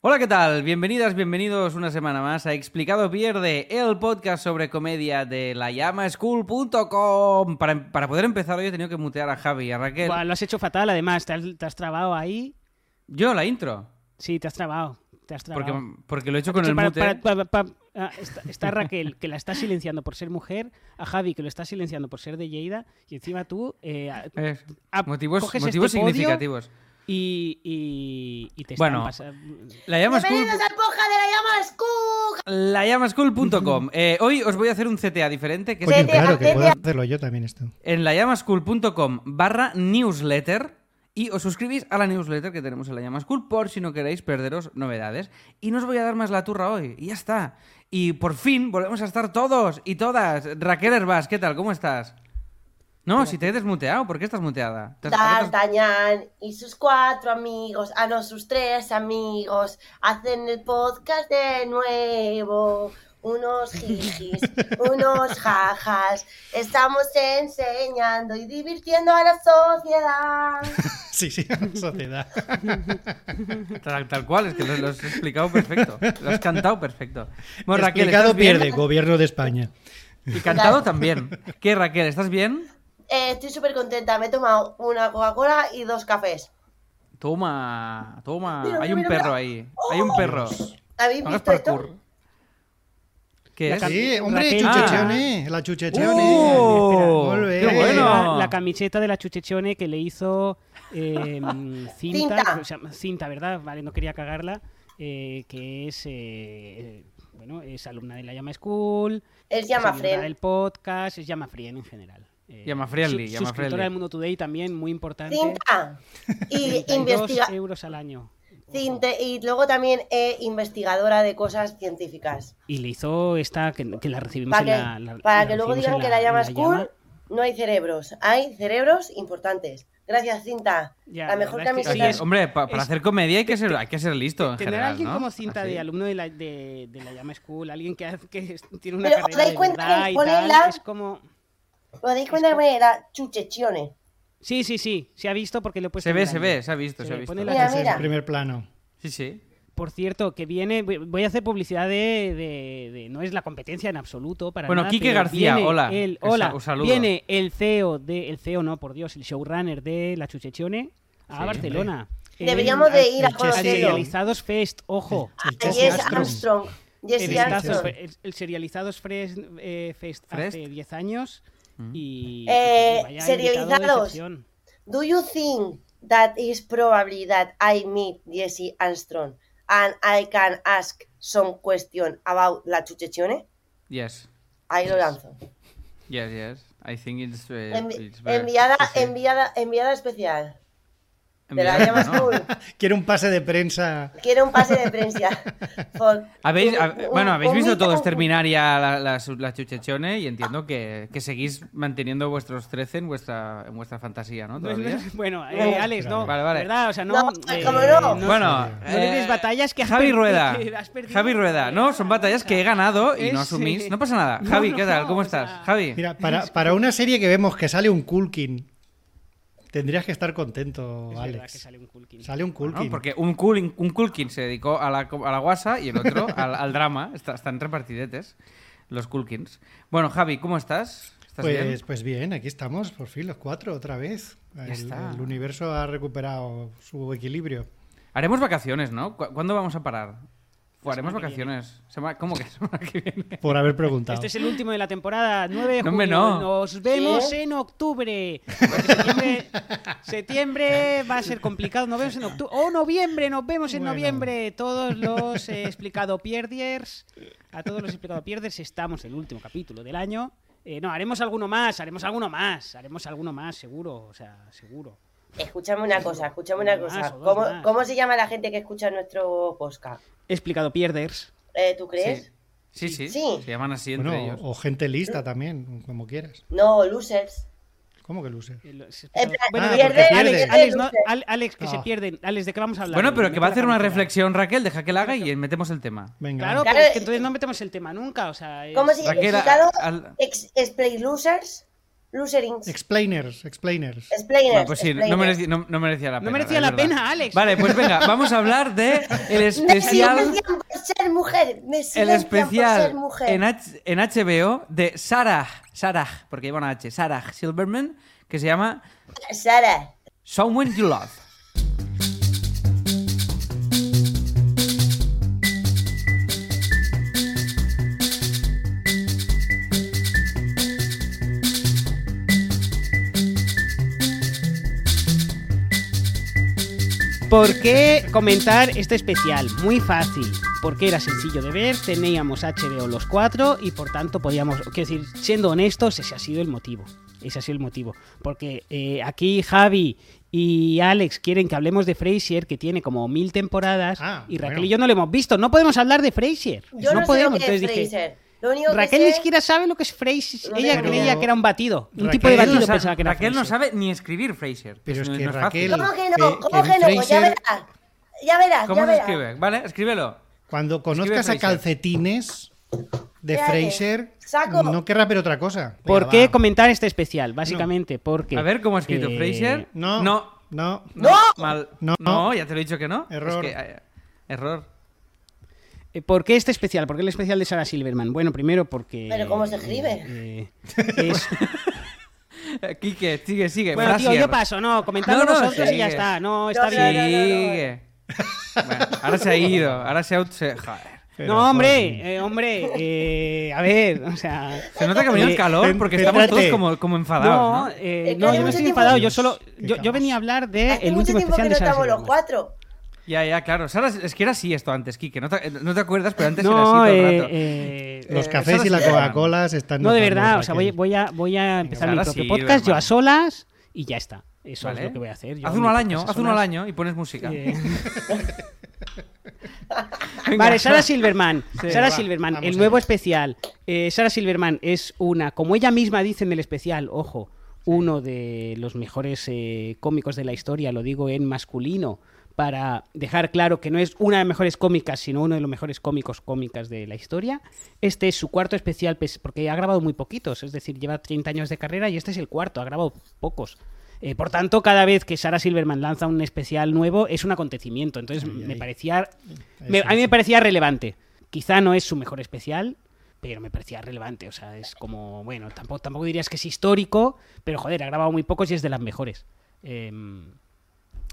Hola, ¿qué tal? Bienvenidas, bienvenidos una semana más a Explicado Pierde, el podcast sobre comedia de la llamaschool.com. Para, para poder empezar hoy he tenido que mutear a Javi y a Raquel. Buah, lo has hecho fatal, además. Te has, te has trabado ahí. Yo la intro, Sí, te has trabado. Te has trabado. porque, porque lo he hecho con Sí, el para- mute. ¿eh? para- para- para- ah, está, está Raquel, que la está silenciando por ser mujer. A Javi, que lo está silenciando por ser de Lleida. Y encima tú. eh, a- Eh, a- motivos coges motivos este podio significativos. Y, y, y te Bueno. estampas. Ah, La llama School- ¡Bienvenidos al Poja de la Llama School! lallamaschool.com. Eh, hoy os voy a hacer un CTA diferente, que es Sí, que sí. Coño, claro, que Vete, puedo vete. hacerlo yo también esto. en lallamaschool.com barra newsletter y os suscribís a la newsletter que tenemos en la Llama School por si no queréis perderos novedades. Y no os voy a dar más la turra hoy, y ya está. Y por fin volvemos a estar todos y todas. Raquel Herbás, ¿qué tal? ¿Cómo estás? No, si te he desmuteado, ¿por qué estás muteada? ¿Te has- D'Artagnan y sus cuatro amigos, ah no, sus tres amigos, hacen el podcast de nuevo. Unos jijis, unos jajas, estamos enseñando y divirtiendo a la sociedad. Sí, sí, sociedad. Tal, tal cual, es que lo, lo has explicado perfecto. Lo has cantado perfecto. Bueno, Raquel, Explicado ¿estás bien? pierde, gobierno de España. Y cantado también. ¿Qué, Raquel? ¿Estás bien? Eh, estoy súper contenta, me he tomado una Coca-Cola y dos cafés. Toma, toma. Mira, Hay mira, un mira, Oh, perro mira. ahí. Hay un perro. ¿Habéis No hagas visto esto? parkour. ¿Qué La es? cam- Sí, hombre, Raquel- Ah. Uh. chuchecheone, la chuchecheone. ¡Oh! Muy bien. ¡Qué bueno! La, la camiseta de la Chuchechone que le hizo eh, cinta, Cinta. o sea, cinta, ¿verdad? Vale, no quería cagarla. eh, que es. eh, bueno, es alumna de la Llama School. Es llama seguidora Fren. del podcast, es llama Frien en general. Eh, Llama Friendly, llama suscriptora Friendly. del Mundo Today también, muy importante. Cinta. Y 32 investiga. euros al año. Ojo. Cinte- y luego también eh, investigadora de cosas científicas. Y le hizo esta que, que la recibimos Para que, en la, la- para la que luego recibimos en digan que la llamas en cool, llama. no hay cerebros. Hay cerebros importantes. Gracias, Cinta. Ya, la la mejor verdad es que camiseta. sí, Oye, es- hombre, pa- para es- hacer comedia hay que ser, hay que ser listo. En Tener general, a alguien ¿no? como cinta Así. de alumno de la, de, de la llama school, alguien que, hace- que es- tiene una Pero, ¿os carrera dais de cuenta que verdad y ponen tal, la- es como... ¿Os dais cuenta que me era chuchechione? Sí, sí, sí, se ha visto porque lo he puesto Se en ve, el se anime. ve, se ha visto, se ha le visto. pone la Mira, Ese es mira. el primer plano. Sí, sí. Por cierto, que viene, voy- voy a hacer publicidad de, de- de- no es la competencia en absoluto para Bueno, nada, Quique pero García, viene hola, el- que sa- hola, os saludo. viene el CEO de, el CEO no, por Dios, el showrunner de La Chuchechone a Sí, Barcelona. El- Deberíamos de ir a el a conocerlo. Chessy. Serializados Fest, ojo. El Ahí Chessy es Armstrong. Armstrong. Jesse Evitazo. Armstrong. Serializados- el, el Serializados Fest, eh, Fest Fest. Mm. hace 10 años y Eh, vaya invitado de Serializados. excepción. Do you think that is probably that I meet Jesse Armstrong and I can ask some question about la chuchechione? Yes. Ahí lo lanzo. Yes, yes. I think it's, eh, Envi- it's very- Em, enviada, sí, sí. enviada, enviada especial. De la Enviada, llamas ¿no? cool. Quiero un pase de prensa. Quiero un pase de prensa. Por- ¿Habéis, un- hab- un- bueno, habéis un visto este mito- todos terminar ya la, la, su- la chuchechone y entiendo que, que seguís manteniendo vuestros 13 en vuestra, en vuestra fantasía, ¿no? No es- Todavía. Bueno, eh, Claro. Alex, no, Vale, vale. ¿verdad? O sea, no, No, eh, como no. Bueno, No le des batallas que has Javi perdido- Rueda. que has perdido. Javi Rueda, no, son batallas que he ganado y no Es, asumís. eh, No pasa nada. no, Javi, no, ¿qué tal? no, ¿Cómo o estás? sea- Javi. Mira, para, para una serie que vemos que sale un Kulkin, tendrías que estar Es contento, verdad Alex. que sale un Culkin. Sale un ¿no? Kulkin. Porque un Kulkin, un Kulkin se dedicó a la, a la guasa y el otro al, al drama. Está- están repartidetes los Kulkins. Bueno, Javi, ¿cómo estás? ¿Estás Pues bien? bien? pues bien, aquí estamos, por fin los cuatro otra vez. El, está. el universo ha recuperado su equilibrio. Haremos vacaciones, ¿no? ¿Cu- ¿Cuándo vamos a parar? Haremos que vacaciones. Sema- ¿Cómo que semana que viene? Por haber preguntado. Este es el último de la temporada, 9 de No, junio. hombre, no. Nos vemos en octubre. Porque Septiembre, septiembre va a ser complicado. Nos vemos en octubre. O noviembre, nos vemos en Bueno. noviembre. Todos los eh, explicado pierdiers. A todos los explicado pierdiers estamos en el último capítulo del año. Eh, no, haremos alguno más, haremos alguno más, haremos alguno más, seguro, o sea, seguro. Escúchame una cosa, escúchame una Ah, Uno más cosa. o dos ¿Cómo, más. cómo se llama la gente que escucha nuestro podcast? Explicado pierders. Eh, ¿Tú crees? Sí, sí, Sí. Se llaman así entre Bueno, ellos. o gente lista también, como quieras. No, losers. ¿Cómo que luces? Eh, los En explicado- plan, Bueno, de- pierde, porque Alex, pierden. Alex, no, losers. Al- Alex, que se Ah. pierden. Alex, ¿de qué vamos a hablar? Bueno, pero Me que va a mete la hacer una cabeza. reflexión, Raquel. Deja que la haga y metemos el tema. Venga. Claro, Claro, pero eh, es es- que entonces no metemos el tema nunca, o sea... es- ¿Cómo se llama? Raquel, ¿Explicado? al- Ex- ¿Explain losers? Loserings. Explainers, explainers. Explainers. Bueno, pues sí, no explainers. merecía, no- no merecía la No pena. merecía es la verdad. pena, Alex. Vale, pues venga, vamos a hablar de el Me especial. silencian por ser mujer. Me El silencian por ser especial mujer. en, H- en HBO de Sarah, Sarah, porque lleva una H, Sarah Silverman, que se llama Sara. Someone You Love. ¿Por qué comentar este especial? Muy fácil. Porque era sencillo de ver, teníamos HBO los cuatro y por tanto podíamos. Quiero decir, siendo honestos, ese ha sido el motivo. Ese ha sido el motivo. Porque eh, aquí Javi y Alex quieren que hablemos de Frasier, que tiene como mil temporadas. Ah, y Raquel bueno. y yo no lo hemos visto. No podemos hablar de Frasier. Yo no, sé lo podemos. que es Entonces dije, Fraser. Lo único Raquel que ni sé... siquiera sabe lo que es Frasier. Lo Ella único- creía que era un batido. Un tipo Raquel, de Raquel batido no, sa- pensaba que era Raquel no Frasier. sabe ni escribir Fraser. pues Pero es no- que no fácil. Raquel- ¿Cómo que no? que- ¿Cómo que que, no? Ya Fraser- verás. Ya verás, ¿Cómo Ah, ya se verás. escribe? Vale, escríbelo. Cuando conozcas a Fraser. calcetines de Espérate, Fraser, saco. no querrás ver otra cosa. ¿Por Venga, qué va. comentar este especial? Básicamente, porque. A ver cómo ha escrito eh, Fraser. No, No. no, no. No. Mal. No. No, ya te lo he dicho que no. Error. Es que, eh, error. Eh, ¿Por qué este especial? ¿Por qué el especial de Sarah Silverman? Bueno, primero porque. Pero ¿cómo se escribe? eh, eh, es- Eh, Quique, sigue, sigue. bueno, tío, Frasier. yo paso, no, No, comentadlo no, vosotros sí. y ya está. No, Está está No, bien. no, no, no, bien. Bueno, ahora se ha ido. Ahora se ha. out- se- joder. Pero, No, joder. hombre, eh, hombre, eh, a ver, o sea. Se nota que ha venido el Eh, calor porque espérate. estamos todos como, como enfadados. No, ¿no? eh, Es que no, hace yo no mucho estoy tiempo- enfadado, yo solo. Dios, qué Yo, yo caos. venía a hablar del Hace el mucho último tiempo especial que no de Sarah estamos los Silverman. cuatro. Ya, ya, claro. Sara, es que era así esto antes, Quique. No te, eh, no te acuerdas, pero antes era así No, todo el eh, rato. eh, Los Eh, cafés Sara y la Silverman. Coca-Cola se están. No, de notando, verdad, o sea, voy, Raquel. voy a, voy a empezar mi ahora propio sí, podcast yo hermano. a solas y ya está. Eso Vale. es lo que voy a hacer. yo haz mi uno al podcast año, a haz uno al solas. año y pones música. Eh, Venga. Vale, Sara Silverman. Sí, Sara va, Silverman, vamos el allá. nuevo especial. Eh, Sara Silverman es una, como ella misma dice en el especial, ojo, uno de los mejores eh, cómicos de la historia, lo digo en masculino, para dejar claro que no es una de las mejores cómicas, sino uno de los mejores cómicos cómicas de la historia. Este es su cuarto especial, pues, porque ha grabado muy poquitos, es decir, lleva 30 años de carrera y este es el cuarto, ha grabado pocos. Eh, por tanto, cada vez que Sara Silverman lanza un especial nuevo es un acontecimiento. Entonces, Ay, me ay. parecía me- Eso, a mí me eso. parecía relevante. Quizá no es su mejor especial, pero me parecía relevante. O sea, es como, bueno, tampoco, tampoco dirías que es histórico, pero joder, ha grabado muy pocos y es de las mejores. Em,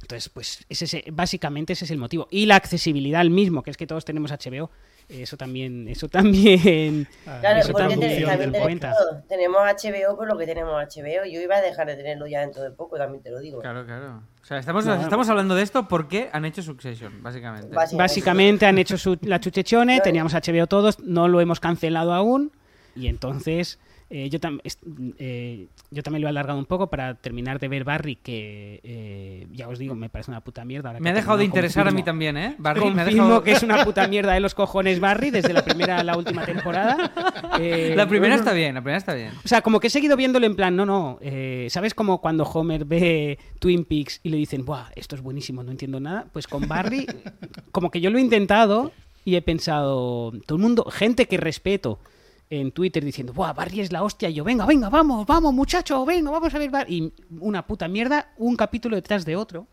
entonces, pues ese, es- básicamente ese es el motivo. Y la accesibilidad al mismo, que es que todos tenemos HBO. Eso también, eso también. Ah, Claro, Eso es otra también porque te- función tenemos también del en tenemos cuenta. todo. Tenemos HBO por lo que tenemos HBO. Yo iba a dejar de tenerlo ya dentro de poco, también te lo digo. Claro, claro. O sea, estamos, No, no. estamos hablando de esto porque han hecho Succession, básicamente. Básicamente. Básicamente han hecho su- la chuchechone, teníamos HBO todos, no lo hemos cancelado aún. Y entonces eh, yo, tam- est- eh, yo también lo he alargado un poco para terminar de ver Barry, que eh, ya os digo, me parece una puta mierda. ahora Me ha que dejado de termino, interesar a mí confirmo- también, ¿eh? Barry, me ha Confirmo dejado... que es una puta mierda de los cojones Barry desde la primera a la última temporada. Eh, La primera está bien, la primera está bien. o sea, como que he seguido viéndolo en plan, no, no, eh, ¿sabes como cuando Homer ve Twin Peaks y le dicen, ¡buah, esto es buenísimo, no entiendo nada? Pues con Barry, como que yo lo he intentado y he pensado, todo el mundo, gente que respeto en Twitter diciendo, ¡buah, Barry es la hostia! Y yo, venga, venga, vamos, vamos, muchacho, venga, vamos a ver Barry. Y una puta mierda, un capítulo detrás de otro.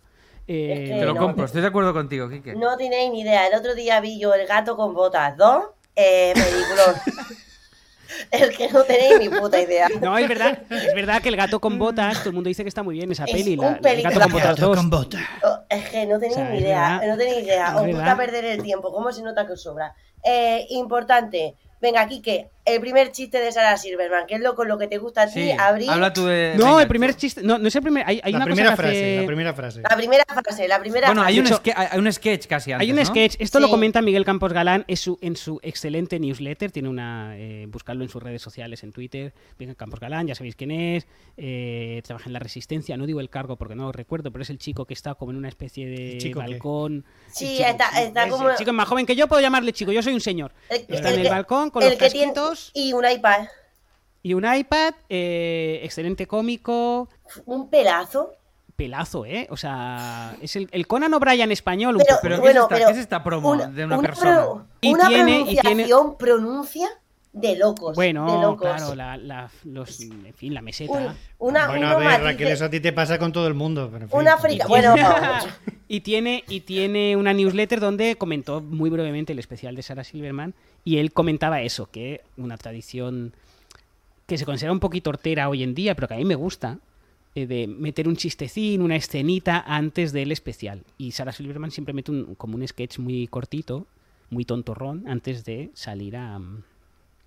Eh, Es que Te lo no. compro, estoy de acuerdo contigo, Quique. No tenéis ni idea. El otro día vi yo El gato con botas 2. Eh, peliculón. el que no tenéis ni puta idea. No, es verdad, es verdad que el gato con botas, todo el mundo dice que está muy bien esa Es peli, la- un la- el gato con peliculón. botas 2. Con bota. Oh, Es que no tenéis O sea, ni es idea, verdad. no tenéis Es idea. Os verdad. gusta perder el tiempo, ¿cómo se nota que os sobra? Eh, importante, venga, Quique, el primer chiste de Sara Silverman, que es lo con lo que te gusta a ti, Sí, abrir. habla tú Eh, de... No, venga, el primer tú. chiste, no, no es el primer, hay, hay La una cosa primera que hace- frase, la primera frase. La primera frase, la primera Bueno, hay frase. un, hecho- esque- hay un sketch casi antes, Hay un ¿no? sketch, esto lo Sí. comenta Miguel Campos Galán es su- en su excelente newsletter, tiene una, eh, buscarlo en sus redes sociales, en Twitter, Miguel Campos Galán, ya sabéis quién es, eh, trabaja en La Resistencia, no digo el cargo porque no lo recuerdo, pero es el chico que está como en una especie de ¿El chico qué? balcón. El Sí, chico- está- está ese, como- El chico es más joven que yo, puedo llamarle chico, yo soy un señor. El- Está en el que- balcón con el los que tiene- casquitos Y un iPad. y un iPad, eh, excelente cómico, Un pelazo. pelazo, ¿eh? O sea, es el, el Conan O'Brien español. un Pero, poco. Pero ¿qué es bueno, esta- pero qué es esta promo de una persona? pro- Y una tiene- y tiene- pronunciación pronuncia de locos. de Bueno, locos. claro, la, la- los, en fin, la meseta. Un- una, bueno, a uno ver, matice- Raquel, eso a ti te pasa con todo el mundo. pero en fin. una frica. Bueno, y tiene y tiene una newsletter donde comentó muy brevemente el especial de Sarah Silverman y él comentaba eso que una tradición que se considera un poquito hortera hoy en día pero que a mí me gusta eh, de meter un chistecín una escenita antes del especial y Sarah Silverman siempre mete un, como un sketch muy cortito muy tontorrón antes de salir a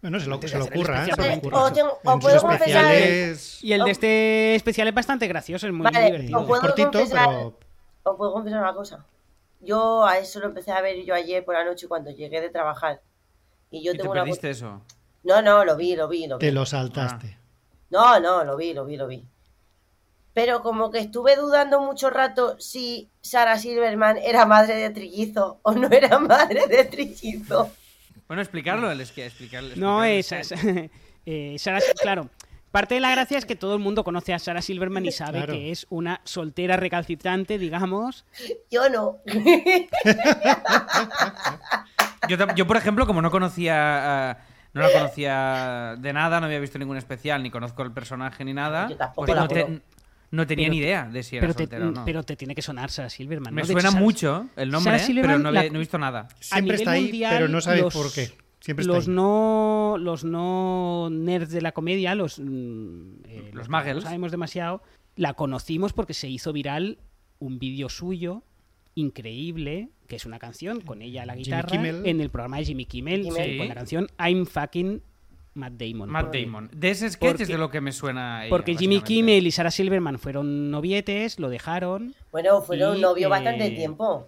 Bueno, se lo, Antes se de lo hacer el ocurra, ¿eh? especial Se lo para- ocurra. o tengo- o En sus puedo confesar- especiales- eh, y el Oh. de este especial es bastante gracioso es muy, muy Vale, divertido os puedo cortito, confesar- pero- Os puedo confesar una cosa. Yo a eso lo empecé a ver yo ayer por la noche cuando llegué de trabajar. Y ¿Y yo te tengo una. perdiste eso? No, no, lo vi, lo vi, lo vi. Te lo Ah. saltaste. No, no, lo vi, lo vi, lo vi. Pero como que estuve dudando mucho rato si Sara Silverman era madre de trillizo o no era madre de trillizo. Bueno, explicarlo, el esquí, explicarlo. No, explicarlo. es, es- eh, Sarah- claro. Parte de la gracia es que todo el mundo conoce a Sarah Silverman y sabe Claro. que es una soltera recalcitrante, digamos. Yo no. Yo, tam- yo, por ejemplo, como no conocía. eh, no la conocía de nada, no había visto ningún especial, ni conozco el personaje ni nada. Yo tampoco pues la no, te- conozco. no tenía Pero- ni idea de si era Pero te, soltera o no. pero te tiene que sonar Sarah Silverman. Me ¿no? De hecho, suena Sarah- mucho el nombre, Sarah eh, pero Silverman no, había- la- no he visto nada. a Siempre nivel está ahí, mundial, pero no sabes los- por qué. Siempre está Los ahí. no, los no nerds de la comedia, los, mm, eh, Los que muggles. No sabemos demasiado. La conocimos porque se hizo viral un vídeo suyo increíble, que es una canción con ella a la Jimmy guitarra Kimmel. en el programa de Jimmy Kimmel Kimmel. Sí. con la canción I'm fucking Matt Damon. Matt Porque- Damon. De ese sketch es porque- de lo que me suena. ella, Porque Jimmy básicamente. Kimmel y Sarah Silverman fueron novietes, lo dejaron. Bueno, fueron Y, novio eh, bastante tiempo.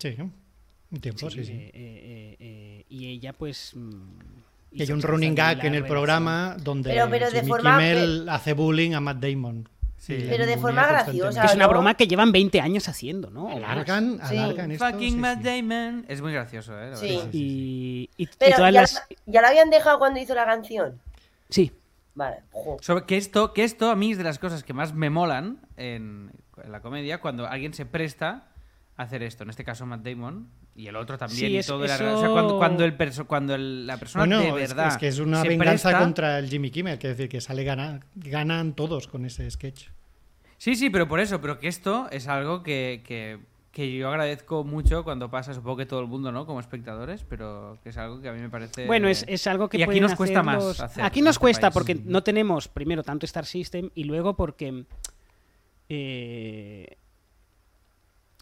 Sí, ¿no? un tiempo, Oh, sí, Sí, sí. eh, eh, eh, eh, y ella, pues. mm, Que hay hizo un que running estaban gag en la el relación. programa donde Pero- pero de Jimmy forma- Kimmel hace bullying a Matt Damon. Sí. Y le Pero de ningunea forma constantemente. graciosa. Que es una ¿no? broma que llevan 20 años haciendo, ¿no? O más. Alargan, Sí. alargan esto. Fucking sí, Matt sí. Damon. Es muy gracioso, ¿eh? la Sí. verdad. Y, y- y Pero ya, todas las. la, ya la habían dejado cuando hizo la canción. Sí. Vale, jo. Sobre- que, esto, que esto a mí es de las cosas que más me molan en, en la comedia cuando alguien se presta a hacer esto. En este caso, Matt Damon y el otro también. Sí, y es- todo la- eso- o sea, cuando, cuando el perso- cuando el- la persona Bueno, de es- verdad. es, que es una se venganza presta- contra el Jimmy Kimmel, que es decir, que sale gana, ganan todos con ese sketch. Sí, sí, pero por eso. Pero que esto es algo que. que- que yo agradezco mucho cuando pasa, supongo que todo el mundo, ¿no? Como espectadores, pero que es algo que a mí me parece... Bueno, es, es algo que Eh, Y aquí pueden nos cuesta hacer más los- hacer aquí en nos este cuesta país. porque no tenemos primero tanto Star System y luego porque eh,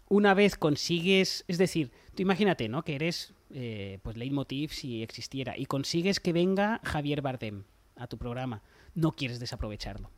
una vez consigues, es decir, tú imagínate, ¿no? Que eres eh, pues leitmotiv si existiera y consigues que venga Javier Bardem a tu programa, no quieres desaprovecharlo.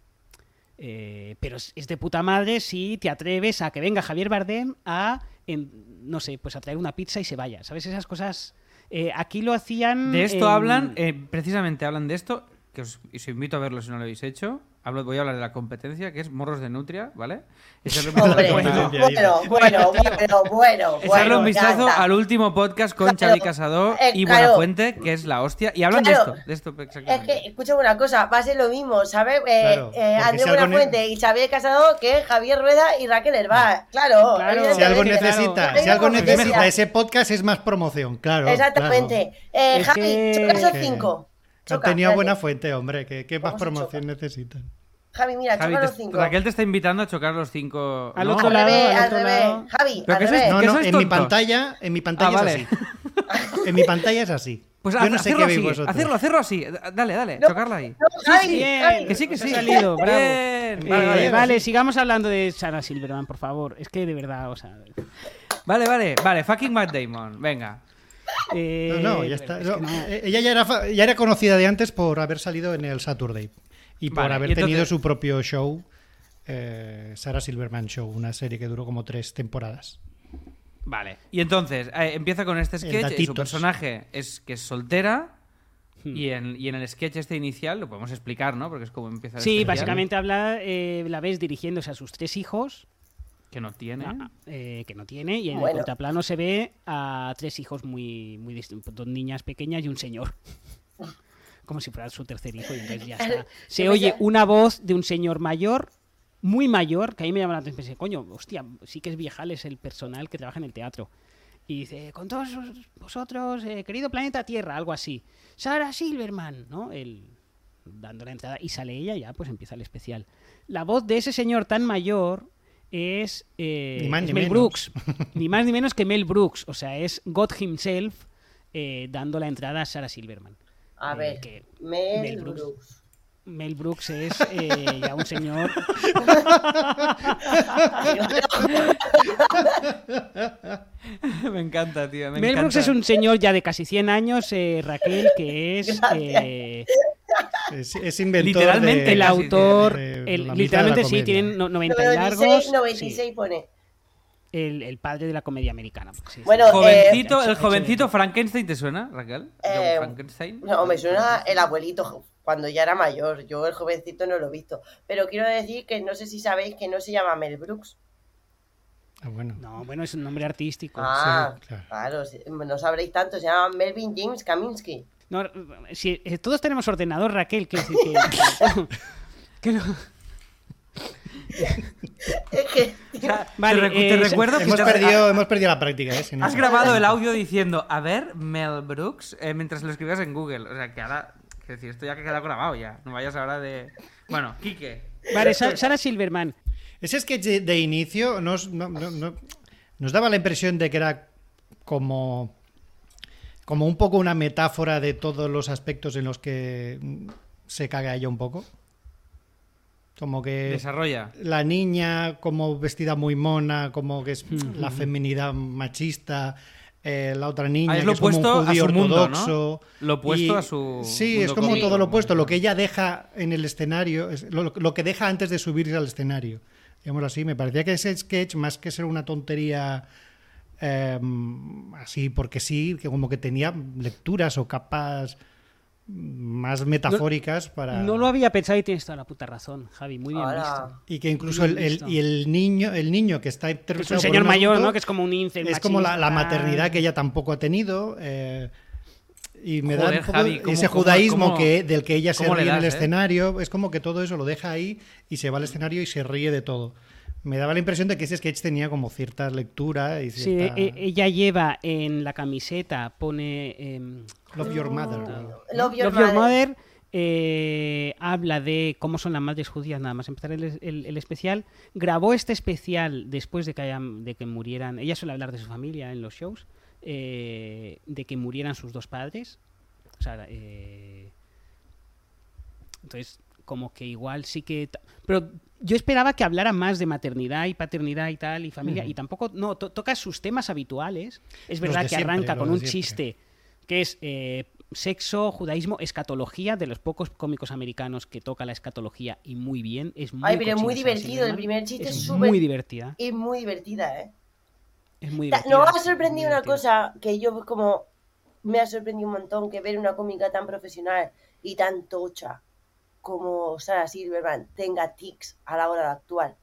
Eh, pero es, es de puta madre si te atreves a que venga Javier Bardem a, en- no sé, pues a traer una pizza y se vaya. ¿Sabes? Esas cosas. eh, aquí lo hacían. De esto en- hablan, eh, precisamente hablan de esto, que os, y os invito a verlo si no lo habéis hecho. Hablo, voy a hablar de la competencia, que es Morros de Nutria, ¿vale? Echarle un vistazo, Hombre, Bueno, bueno, tío. bueno, bueno, bueno, bueno. echarle un ya vistazo está. al último podcast con Claro, Xavi Casado eh, y claro. Buenafuente, que es la hostia. Y hablan Claro. de esto, de esto Es exactamente. que, escúchame una cosa, va a ser lo mismo, ¿sabes? Eh, Claro, eh, porque Andrés si algo ne- Buenafuente y Xavier Casado, que es Javier Rueda y Raquel Herbá. Claro, Claro. evidentemente. Si algo que, necesita, claro, si algo es mejor. necesita ese podcast es más promoción, claro. Exactamente. Eh, Es Javi, que- choca esos que- cinco. Claro. Choca, Tenía espérate. buena fuente, hombre. ¿Qué, qué más ¿Cómo se promoción necesitan? Javi, mira, Javi, choca te- los cinco. Raquel te está invitando a chocar los cinco. Al ¿no? otro Al lado, revés, al al otro revés. lado. Javi, Pero al que eso es- revés. No, ¿Que no, sois en mi tontos? pantalla, en mi pantalla Ah, vale. es así. En mi pantalla es así. Pues Yo no sé qué hacerlo veis así, vosotros. hacerlo, hacerlo así. Dale, dale, No, chocarla ahí. no, Javi, Javi. Bien, Que sí, que os ha sí. salido, Bien. bravo. Eh, Vale, Vale, vale. sigamos hablando de Sarah Silverman, por favor. Es que de verdad, o sea. Vale, vale, vale, fucking Matt Damon, venga. eh, No, no, ya está. es que No, no. eh, Ella ya era, fa- ya era conocida de antes por haber salido en el Saturday y por Vale, haber y entonces- tenido su propio show, eh, Sarah Silverman Show, una serie que duró como tres temporadas. Vale. Y entonces, eh, empieza con este sketch. y su datitos. personaje es que es soltera. Y en, y en el sketch este inicial lo podemos explicar, ¿no? Porque es como empieza el Sí, especial, básicamente habla, eh, la ves dirigiéndose a sus tres hijos, Que no tiene. ah, eh, que no tiene, y en el Bueno. contraplano se ve a tres hijos muy, muy distintos, dos niñas pequeñas y un señor. Como si fuera su tercer hijo, y entonces ya está. Se Yo oye pensé- una voz de un señor mayor, muy mayor, que a mí me llama la atención. Pensé, coño, hostia, sí que es viejal, es el personal que trabaja en el teatro. Y dice, con todos vosotros, eh, querido planeta Tierra, algo así. Sara Silverman, ¿no? El, dando la entrada y sale ella, ya pues empieza el especial. La voz de ese señor tan mayor es, eh, Ni más es ni Mel menos. Brooks. ni más ni menos que Mel Brooks. O sea, es God himself eh, dando la entrada a Sara Silverman. A Eh, ver, que Mel Mel Brooks. Brooks. Mel Brooks es eh, ya un señor. me encanta, tío. Me ah. Mel encanta. Brooks es un señor ya de casi 100 años, eh, Raquel, que es eh, Es, es inventor. Literalmente de- el la- Casi autor. de- de la el- mitad de literalmente la sí, comedia. tienen no- 90 y 96, largos. 96 sí, pone. el, el padre de la comedia americana. por así Bueno, decirlo. Jovencito, eh, el jovencito Frankenstein, ¿te suena, Raquel? John Eh, Frankenstein. No, me suena el abuelito jo- cuando ya era mayor. Yo el jovencito no lo he visto. Pero quiero decir que no sé si sabéis que no se llama Mel Brooks. Ah, bueno. No, bueno, es un nombre artístico. Ah, claro. claro. sí, No sabréis tanto. Se llama Melvin James Kaminsky. No, si, eh, todos tenemos ordenador, Raquel, que, que- que no- Es que... O sea, te Vale, recu- te, eh, recuerdo que Hemos, te- perdido, hemos perdido la práctica, ¿eh? Si no- Has grabado el audio diciendo, a ver, Mel Brooks, eh, mientras lo escribías en Google. O sea, que ahora, es decir, esto ya que queda grabado ya. No vayas ahora de... Bueno, Quique. Vale, Sa- Sara Silverman. Ese sketch de, de inicio nos, no- no- no- nos daba la impresión de que era como, como un poco una metáfora de todos los aspectos en los que mm, se caga ella un poco. Como que Desarrolla. la niña como vestida muy mona, como que es Mm. la Mm-hmm. feminidad machista, eh, la otra niña Ah, es que lo es como un opuesto a judío su mundo, ortodoxo. ¿no? Lo opuesto a su Sí, mundo es como cómico, todo lo ¿no? opuesto, lo que ella deja en el escenario, es lo, lo que deja antes de subirse al escenario. Digámoslo así, me parecía que ese sketch, más que ser una tontería eh, así porque sí, que como que tenía lecturas o capas mm, más metafóricas para... No lo había pensado y tienes toda la puta razón, Javi. Muy bien Ahora. visto. Y que incluso el, el- Listo. y el niño, el niño que está Que Es interpretado un por señor mayor, adulto, ¿no? Que es como un incel. es como la, la machista. maternidad que ella tampoco ha tenido. eh, y me da Joder, un poco Javi, ¿cómo- ese cómo- judaísmo cómo- que, del que ella se cómo le ríe en el das, eh? escenario. Es como que todo eso lo deja ahí y se va al escenario y se ríe de todo. Me daba la impresión de que ese sketch tenía como cierta lectura y Sí, cierta... e- ella lleva en la camiseta, pone em, Love your mother. Love Your Love Your Mother. Mother, eh, habla de cómo son las madres judías, nada más empezar el, el- el especial. Grabó este especial después de que, hayan, de que murieran, ella suele hablar de su familia en los shows, eh, de que murieran sus dos padres. O sea, eh, entonces, como que igual sí que... ta- Pero yo esperaba que hablara más de maternidad y paternidad y tal, y familia, y tampoco... No, to- toca sus temas habituales. Es Los verdad de que siempre, arranca los con de un siempre. chiste que es eh, sexo, judaísmo, escatología, de los pocos cómicos americanos que toca la escatología y muy bien. Es muy Ay, pero es muy cochina, divertido. El Sara Silverman. primer chiste es es súper... muy divertida. Y muy divertida, ¿eh? Es muy Ta- divertida. No ha es sorprendido muy una divertida. cosa que yo como me ha sorprendido un montón que ver una cómica tan profesional y tan tocha como Sarah Silverman tenga tics a la hora de actuar.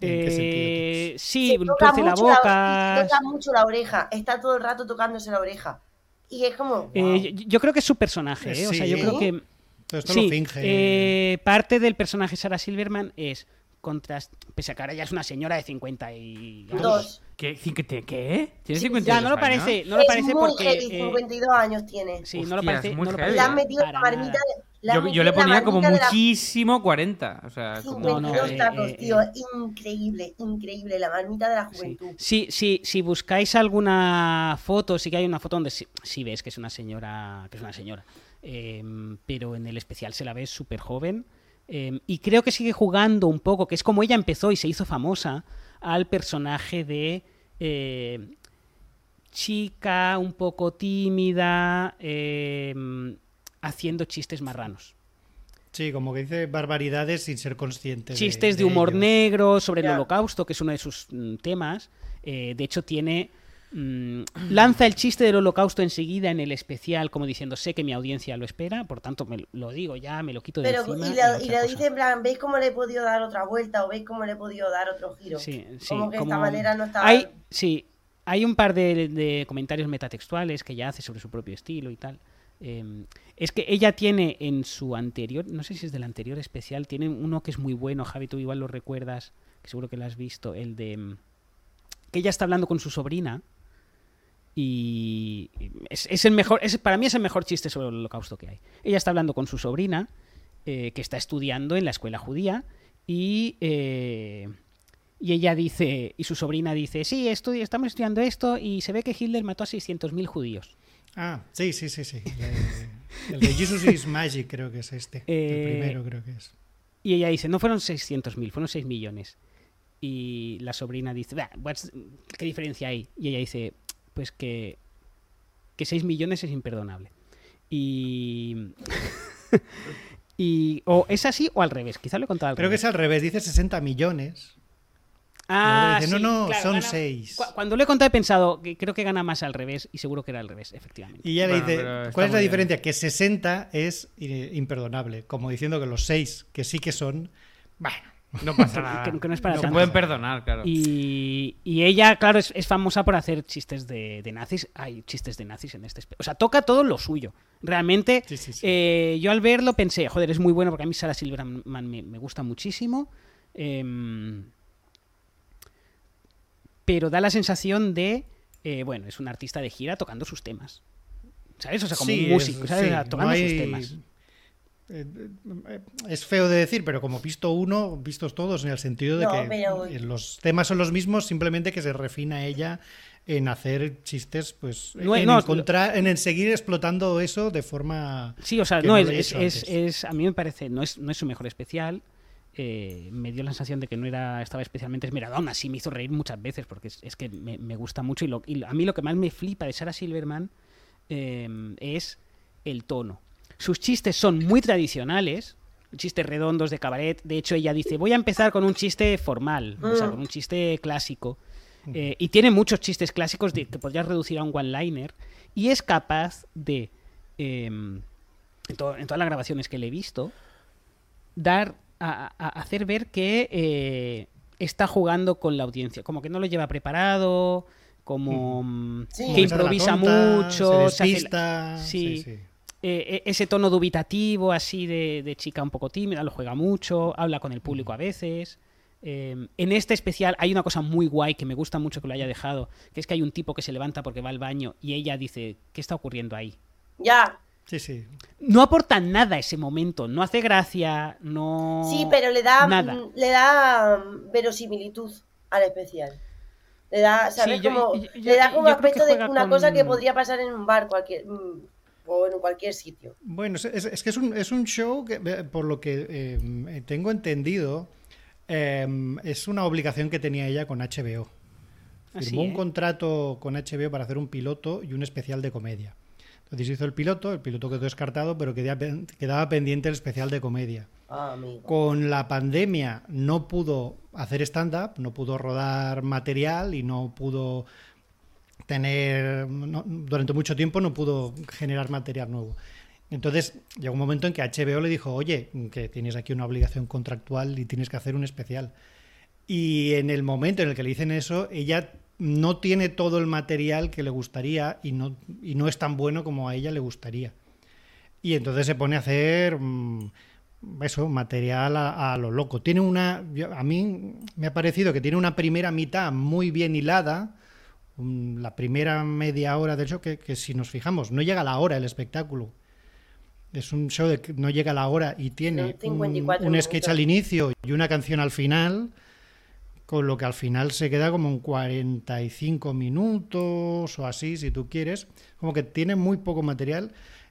¿En qué sentido Eh, tics? sí, Se toca torce la mucho la- boca. se toca mucho la oreja, está todo el rato tocándose la oreja. Y es como, Eh, wow. yo, yo creo que es su personaje, ¿eh? O sea, yo Sí. creo que. Todo esto sí, lo finge. eh, parte del personaje Sarah Silverman es contrast. Pese a que ahora ya es una señora de 50 y. algo. dos. ¿Qué? ¿Cinquete- ¿Qué? ¿Tienes Sí, 52 Ya, no lo años? parece, no lo parece es muy porque. heavy, eh, 52 años tiene. sí, no lo Hostias, parece. muy no lo heavy. ¿eh? parece Le han metido para la marmita nada. de- le han Yo, yo metido le la ponía como marmita de la- muchísimo 40. O sea, como... No, no, 52 eh, tacos, eh, tío. eh. Increíble, increíble. La marmita de la Sí. juventud. Si, si, si buscáis alguna foto, sí que hay una foto donde sí, sí ves que es una señora, que es una señora. Em, pero en el especial se la ve súper joven. Em, y creo que sigue jugando un poco, que es como ella empezó y se hizo famosa, al personaje de eh, chica un poco tímida, em, haciendo chistes marranos. Sí, como que dice barbaridades sin ser consciente. chistes de, humor ello. negro sobre el Ya. holocausto, que es uno de sus mm, temas. Eh, de hecho, tiene. mm, lanza el chiste del holocausto enseguida en el especial, como diciendo, sé que mi audiencia lo espera, por tanto me lo- lo digo ya, me lo quito de Pero, encima. y y lo, otra y lo cosa". dice en plan, ¿veis cómo le he podido dar otra vuelta o veis cómo le he podido dar otro giro? Sí, sí, como que de esta como- manera no estaba... Hay, sí, hay un par de, de comentarios metatextuales que ya hace sobre su propio estilo y tal. Eh, es que ella tiene en su anterior, no sé si es del anterior especial, tiene uno que es muy bueno, Javi, tú igual lo recuerdas, que seguro que lo has visto, el de mm, que ella está hablando con su sobrina. Y es, es el mejor, es, para mí es el mejor chiste sobre el holocausto que hay. Ella está hablando con su sobrina, eh, que está estudiando en la escuela judía, y, eh, y ella dice, y su sobrina dice, sí, estudi- estamos estudiando esto, y se ve que Hitler mató a 600.000 judíos. Ah, sí, sí, sí, sí. El de, el de Jesus is Magic creo que es este. Eh, el primero creo que es. Y ella dice, no fueron 600.000, fueron 6 millones. Y la sobrina dice, "Bah, what's- ¿qué diferencia hay? Y ella dice, pues que, que 6 millones es imperdonable. Y... y o es así o al revés, quizá lo he contado al Creo que revés. es al revés, dice 60 millones. Ah, Dice, no, sí, no, claro, son gana- seis. Cu- Cuando lo he contado he pensado que creo que gana más al revés y seguro que era al revés, efectivamente. Y ya Bueno, le dice, pero está ¿cuál es la muy bien. diferencia? Que 60 es eh, imperdonable, como diciendo que los 6 que sí que son, bueno, No pasa Que- nada. que- que no es para Se tanto. pueden perdonar, claro. Y, y ella, claro, es, es famosa por hacer chistes de, de nazis. Hay chistes de nazis en este. espe- O sea, toca todo lo suyo. Realmente, Sí, sí, sí. eh, yo al verlo pensé, joder, es muy bueno porque a mí Sarah Silverman me, me gusta muchísimo. Em, pero da la sensación de, eh, bueno, es un artista de gira tocando sus temas. ¿Sabes? O sea, como Sí, un músico, es- ¿sabes? sí, O sea, no tocando sus hay- temas. eh, eh, es feo de decir, pero como visto uno, vistos todos, en el sentido de No, que pero- eh, los temas son los mismos, simplemente que se refina ella en hacer chistes, pues No, en, no, encontrar, en el seguir explotando eso de forma... Sí, o sea, que no, no es, lo he es- hecho es- antes. es- a mí me parece, no es, no es su mejor especial. eh, me dio la sensación de que no era estaba especialmente esmerado, aún así me hizo reír muchas veces porque es, es que me, me gusta mucho y, lo- y lo- a mí lo que más me flipa de Sarah Silverman eh, es el tono. Sus chistes son muy tradicionales, chistes redondos de cabaret. De hecho, ella dice, voy a empezar con un chiste formal, o sea, con un chiste clásico. Eh, y tiene muchos chistes clásicos de- que podrías reducir a un one-liner. Y es capaz de, eh, en, to- en todas las grabaciones que le he visto, dar a, a- a hacer ver que eh, está jugando con la audiencia. Como que no lo lleva preparado, como mm, Sí. que como echar la improvisa tonta, mucho, se se hace la- despista, sí. eh, e- ese tono dubitativo así de, de chica un poco tímida, lo juega mucho, habla con el público a veces. Eh, en este especial hay una cosa muy guay que me gusta mucho que lo haya dejado, que es que hay un tipo que se levanta porque va al baño y ella dice, ¿qué está ocurriendo ahí? Ya. sí, sí. No aporta nada a ese momento, no hace gracia, no... Sí, pero le da, Nada. mm, le da mm, verosimilitud al especial. Le da, ¿sabes? Sí, yo- como, yo- yo- le da como yo creo que aspecto de juega una con- cosa que podría pasar en un bar cualquier, mm, o en cualquier sitio. Bueno, es, es- es que es un, es un show que, eh, por lo que eh, tengo entendido, eh, es una obligación que tenía ella con HBO. Así, Firmó un ¿eh? contrato con HBO para hacer un piloto y un especial de comedia. Entonces hizo el piloto, el piloto quedó descartado, pero quedaba pen- quedaba pendiente el especial de comedia. Ah, amigo. Con la pandemia no pudo hacer stand-up, no pudo rodar material y no pudo tener, no- durante mucho tiempo no pudo generar material nuevo. Entonces llegó un momento en que HBO le dijo, oye, que tienes aquí una obligación contractual y tienes que hacer un especial. Y en el momento en el que le dicen eso, ella no tiene todo el material que le gustaría y no, y no es tan bueno como a ella le gustaría. Y entonces se pone a hacer mm, eso, material a, a lo loco. Tiene una. yo- a mí me ha parecido que tiene una primera mitad muy bien hilada. mm, La primera media hora del show, que, que si nos fijamos, no llega a la hora el espectáculo. Es un show de que no llega a la hora y tiene Son un, 54 un sketch minutos. al inicio y una canción al final, con lo que al final se queda como en 45 minutos o así, si tú quieres. Como que tiene muy poco material.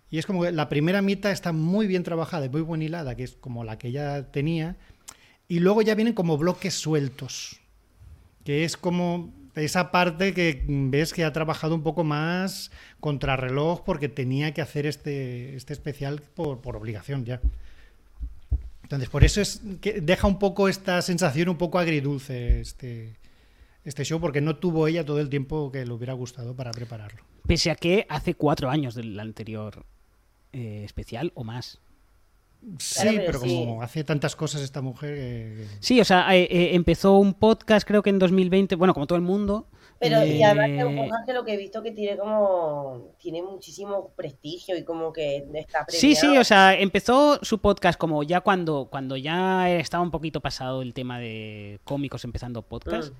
Y es como que la primera mitad está muy bien trabajada y muy buen hilada, que es como la que ella tenía. Y luego ya vienen como bloques sueltos, que es como esa parte que ves que ha trabajado un poco más contrarreloj porque tenía que hacer este, este especial por, por obligación ya. Entonces, por eso es que deja un poco esta sensación un poco agridulce este, este show, porque no tuvo ella todo el tiempo que le hubiera gustado para prepararlo. Pese a que hace cuatro años del anterior eh, especial o más. Sí, Claro, pero pero sí. como hace tantas cosas esta mujer que- que- Sí, o sea, eh, eh, empezó un podcast creo que en 2020, bueno, como todo el mundo. Pero y además que eh, ojo, que lo que he visto que tiene como tiene muchísimo prestigio y como que está Sí, sí, premiado. o sea, empezó su podcast como ya cuando, cuando ya estaba un poquito pasado el tema de cómicos empezando podcast. Mm.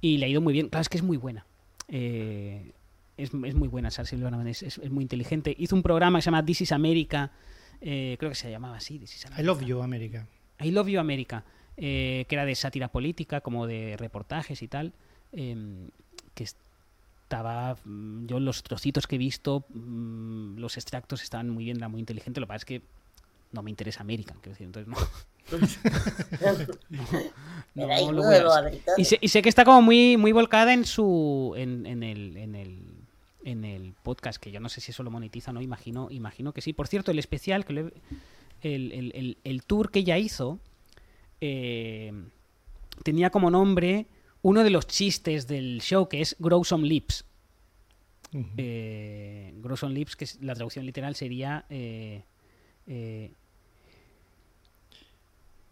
Y le ha ido muy bien. Claro, es que es muy buena. Eh, es, es muy buena, Sara Silverman, es, es- es muy inteligente. Hizo un programa que se llama This is America. eh, creo que se llamaba así, This is America. I love you, América. I Love You America, eh, que era de sátira política, como de reportajes y tal, em, que estaba, mm, yo los trocitos que he visto, mm, los extractos estaban muy bien, era muy inteligente, lo que pasa es que no me interesa América, quiero decir, entonces no. Me da lo igual, voy a- Americano. y, sé, y sé que está como muy, muy volcada en su en, en el, en, el, en el podcast, que yo no sé si eso lo monetiza o no, imagino, imagino que sí. Por cierto, el especial, que lo he- el, el- el- el tour que ella hizo, eh, tenía como nombre uno de los chistes del show, que es Grow Some Lips. Ujú. Eh, Gross on Lips, que es- la traducción literal sería. eh, eh,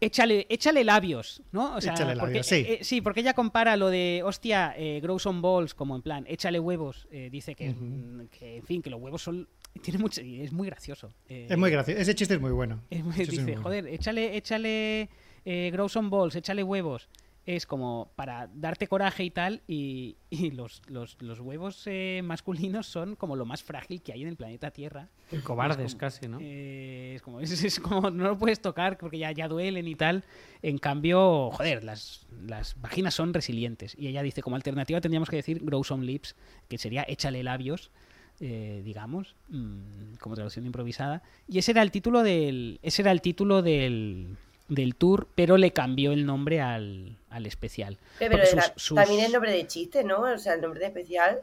échale, échale labios, ¿no? O sea, Échale porque, labios, sí. eh, eh, sí, porque ella compara lo de, hostia, eh, Gross on Balls, como en plan, échale huevos. eh, dice que, Ujú. mm, que, en fin, que los huevos son. Tiene mucho, y es muy gracioso. eh, Es muy gracioso. Ese chiste es muy bueno. es muy- Ese chiste es muy dice, bueno. joder, échale, échale eh, Gross on Balls, échale huevos. Es como para darte coraje y tal. Y, y los, los, los huevos eh, masculinos son como lo más frágil que hay en el planeta Tierra. Cobardes casi, ¿no? Eh, es, como, es, es como no lo puedes tocar porque ya, ya duelen y tal. En cambio, joder, las, las vaginas son resilientes. Y ella dice, como alternativa tendríamos que decir grow some lips, que sería échale labios, eh, digamos, mm, como traducción improvisada. Y ese era el título del. Ese era el título del del tour, pero le cambió el nombre al, al especial. Pero Porque era- sus- sus- también es nombre de chiste, ¿no? O sea, el nombre de especial.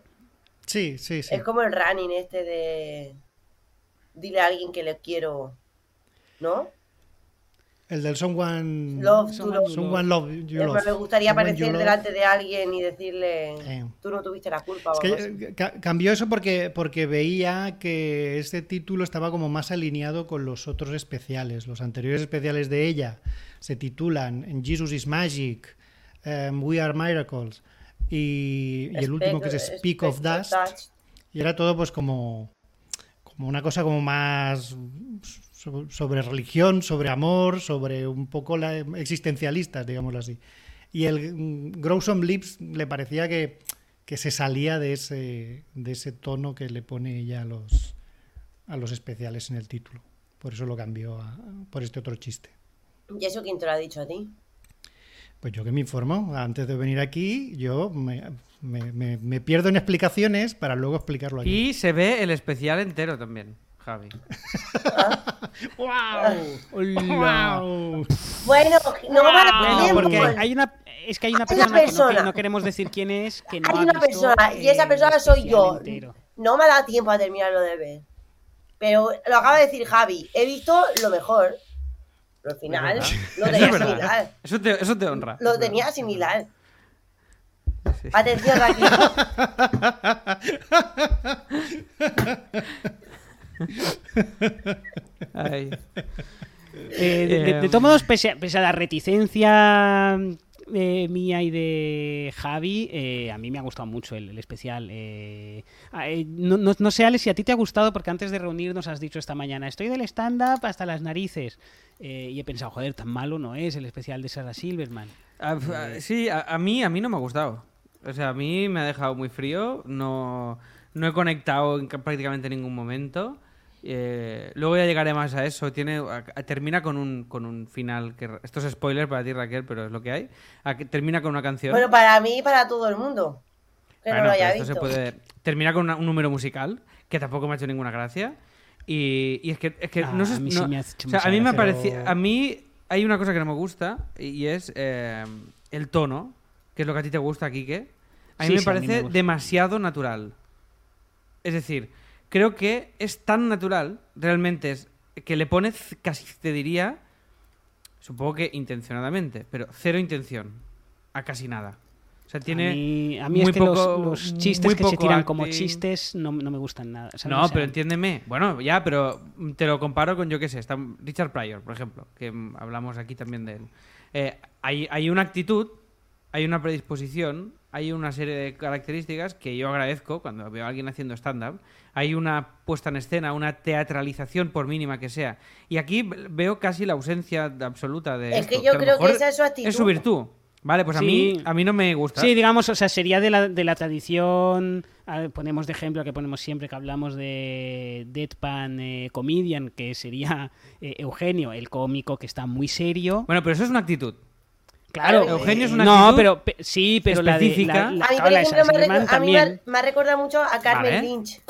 Sí, sí, sí. Es como el running este de. Dile a alguien que le quiero. ¿No? El del Someone... Love, tú Someone love. you Someone Love You Es Love. más, me gustaría Someone aparecer you love. delante de alguien y decirle. Eh. Tú no tuviste la culpa. o Es algo así. que eh, ca- cambió eso porque, porque veía que este título estaba como más alineado con los otros especiales. Los anteriores especiales de ella se titulan Jesus is Magic, em, We Are Miracles y, y el último que es Speak- Speak of Speak of Dust. Dust. Y era todo pues como, como una cosa como más so- sobre religión, sobre amor, sobre un poco la, existencialistas, digámoslo así. Y el mm, Grow Some Lips le parecía que, que se salía de ese, de ese tono que le pone ella a los, a los especiales en el título. Por eso lo cambió a- por este otro chiste. ¿Y eso quién te lo ha dicho a ti? Pues yo que me informo, antes de venir aquí, yo me, me- me- me pierdo en explicaciones para luego explicarlo aquí. Y se ve el especial entero también, Javi. Hola. ¡Guau! Bueno, no me van a Bueno, poner Ah, porque gol. hay una, es que hay una Hay persona, Que, una no, que persona. no queremos decir quién es. Que no Hay ha una visto eh, persona y esa el persona soy yo. especial entero. No me ha dado tiempo a terminarlo de ver. Pero lo acaba de decir Javi. He visto lo mejor. Lo final. Eso Lo es tenía sin verdad. hilar. Eso te, eso te honra. Lo Es tenía verdad. sin hilar. Sí. Atención, Raquel. Ay. Eh, de, de- de todos modos, pese a, pese a la reticencia eh, mía y de Javi, eh, a mí me ha gustado mucho el, el especial. eh. Ah, eh, no, no- no sé, Alex, si a ti te ha gustado, porque antes de reunirnos has dicho esta mañana, estoy del stand-up hasta las narices. Eh, y he pensado, joder, tan malo no es el especial de Sarah Silverman. Ah, f- ah, sí, a, a mí, a mí no me ha gustado. O sea, a mí me ha dejado muy frío, no, no he conectado en ca- prácticamente ningún momento. Eh, luego ya llegaré más a eso. Tiene, a- a- termina con un, con un final que... Esto es spoiler para ti, Raquel, pero es lo que hay. A que termina con una canción. Bueno, para mí y para todo el mundo. Que Bueno, no lo pero haya esto visto. se puede... Termina con una- un número musical, que tampoco me ha hecho ninguna gracia. Y, y es que, es que Ah, no sé... a mí no- sí me ha hecho o sea, mucha a mí me gracia, parece... pero- A mí hay una cosa que no me gusta y- y es eh, el tono, que es lo que a ti te gusta, Quique. A mí Sí, me sí, a mí me parece gusta. demasiado natural. Es decir, creo que es tan natural, realmente, es que le pones, casi te diría, supongo que intencionadamente, pero cero intención a casi nada. O sea, tiene... a mí, a mí muy es que los- poco- los, muy chistes que se poco tiran como acting. chistes no, no me gustan nada. o sea, No, sé, pero entiéndeme. Bueno, ya, pero te lo comparo con, yo qué sé, está Richard Pryor, por ejemplo, que mm, hablamos aquí también de él. Eh, hay, hay una actitud, hay una predisposición, hay una serie de características que yo agradezco cuando veo a alguien haciendo stand-up. Hay una puesta en escena, una teatralización, por mínima que sea. Y aquí veo casi la ausencia de- absoluta de. Es que esto, yo a lo creo que mejor esa es su actitud. Es su virtud. Vale, pues a, Sí. mí, a mí no me gusta. Sí, digamos, o sea, sería de la, de la tradición. a ver, ponemos de ejemplo que ponemos siempre que hablamos de Deadpan eh, Comedian, que sería eh, Eugenio, el cómico que está muy serio. Bueno, pero eso es una actitud. Claro, eh, Eugenio es una No, actitud pero pe- sí, pero la de- específica. la, la, A mí, por claro, la de ejemplo, me, Saint-Germain recu- a mí me- también. me ha recordado mucho a Carmen Vale. Lynch.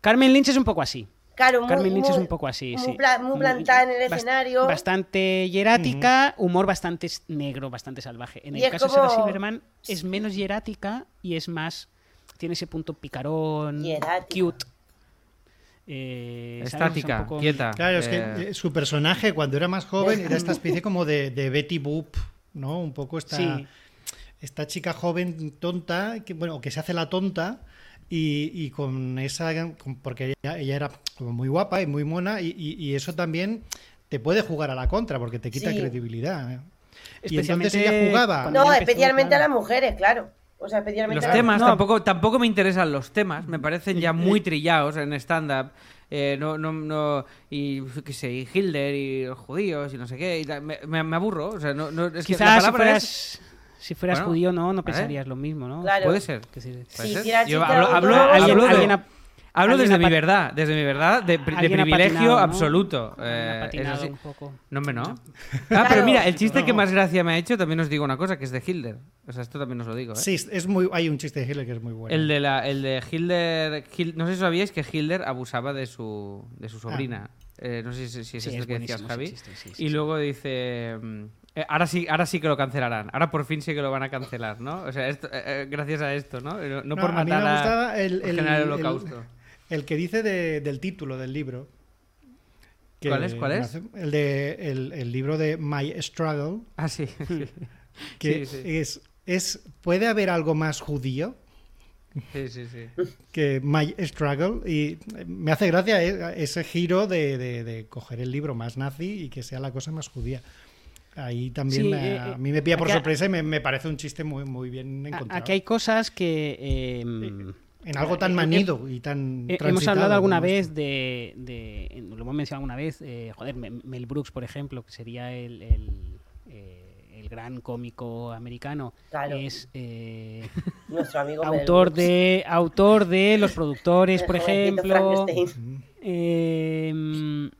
Carmen Lynch es un poco así. Claro, muy- Carmen Lynch muy- es un poco así, muy sí. pla- muy plantada en el bast- escenario. Bastante hierática, humor bastante s- negro, bastante salvaje. En Y el es caso de Sarah como- Silverman es menos hierática y es más. Tiene ese punto picarón, Hierática. cute. Eh, ¿sabes? Estática, Un poco- quieta. Claro, es eh, que eh, su personaje cuando era más joven era esta especie como de, de Betty Boop, ¿no? Un poco esta, Sí. esta chica joven tonta, que, bueno, que se hace la tonta y, y con esa, con- porque ella, ella era como muy guapa y muy mona y, y- y eso también te puede jugar a la contra porque te quita Sí. credibilidad. ¿eh? Y entonces Especialmente ella jugaba. cuando No, empezó, especialmente a claro. las mujeres, claro. O sea, especialmente Los a las temas, No. tampoco, tampoco me interesan los temas, me parecen ya muy trillados en stand-up. Eh, no, no, no, y qué sé, y Hitler y los judíos y no sé qué, y tal. me, me- me aburro. O sea, no, no- es que la Quizás si palabra fueras, es- si fueras Bueno, ¿eh? judío, no, ¿vale? no pensarías lo mismo, ¿no? Claro. Puede ser. Que sí. puede Sí, ser. si era Yo chica, hablo, no. hablo- Alguien- hablo de- alguien ha- hablo alguien desde ha mi pat- verdad, desde mi verdad, de, de Alguien ha privilegio patinado, ¿no? absoluto. Alguien ha Eh, es patinado así. un poco. No, hombre, no. Ah, Claro. pero mira, el chiste que más gracia me ha hecho, también os digo una cosa, que es de Hitler. O sea, esto también os lo digo. ¿eh? Sí, es- es muy, hay un chiste de Hitler que es muy bueno. El de, la, el de Hitler, Hil- No sé si sabíais que Hitler abusaba de su, de su sobrina. Eh, no sé si, si es Ah. Sí, el es que decías, buenísimo ese Javi. chiste, sí, sí, y sí. luego dice. mm, eh, ahora, sí, ahora sí que lo cancelarán. Ahora por fin sí que lo van a cancelar, ¿no? O sea, esto- eh, eh, gracias a esto, ¿no? Eh, No, no No, por a mí me matar gustaba el, por el- generar el el- holocausto. el que dice de- del título del libro. ¿Cuál es? ¿Cuál me es? hace- El, de, el, el libro de My Struggle, Ah, sí. sí, que Sí, sí. Es, es... ¿Puede haber algo más judío sí, sí, sí. que My Struggle? Y eh, me hace gracia eh, ese giro de, de- de coger el libro más nazi y que sea la cosa más judía. Ahí también Sí, me- eh, eh, a mí me pilla por acá- sorpresa y me, me parece un chiste muy, muy bien A- encontrado. Aquí hay cosas que eh, En algo eh, tan eh, manido y tan... he- Eh, hemos transitado hablado alguna como esto. vez de, de- Lo hemos mencionado alguna vez. eh, joder, Me- Mel Brooks, por ejemplo, que sería el, el, eh, el gran cómico americano. Claro. Es eh, Nuestro amigo Mel autor, Brooks, de, autor de Los Productores, el por jovencito ejemplo. Frankenstein. eh,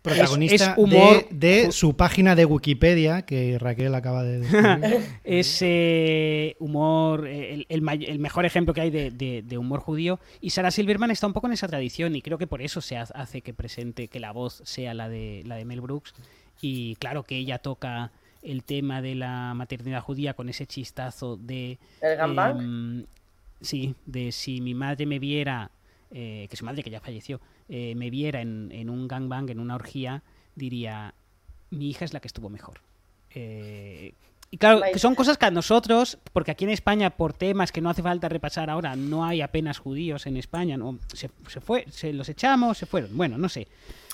protagonista Es- es humor. de, de su página de Wikipedia que Raquel acaba de descubrir. es eh, humor, eh, el, el may- el mejor ejemplo que hay de, de- de humor judío. Y Sarah Silverman está un poco en esa tradición y creo que por eso se ha- hace que presente, que la voz sea la de, la de Mel Brooks. Y claro que ella toca el tema de la maternidad judía con ese chistazo de... ¿El gangbang? em, sí, de si mi madre me viera, eh, que su madre que ya falleció, eh, me viera en, en un gangbang, en una orgía, diría, mi hija es la que estuvo mejor. Eh, y claro, que son cosas que a nosotros, porque aquí en España, por temas que no hace falta repasar ahora, no hay apenas judíos en España, no, se, se fue, se los echamos, se fueron, bueno, no sé.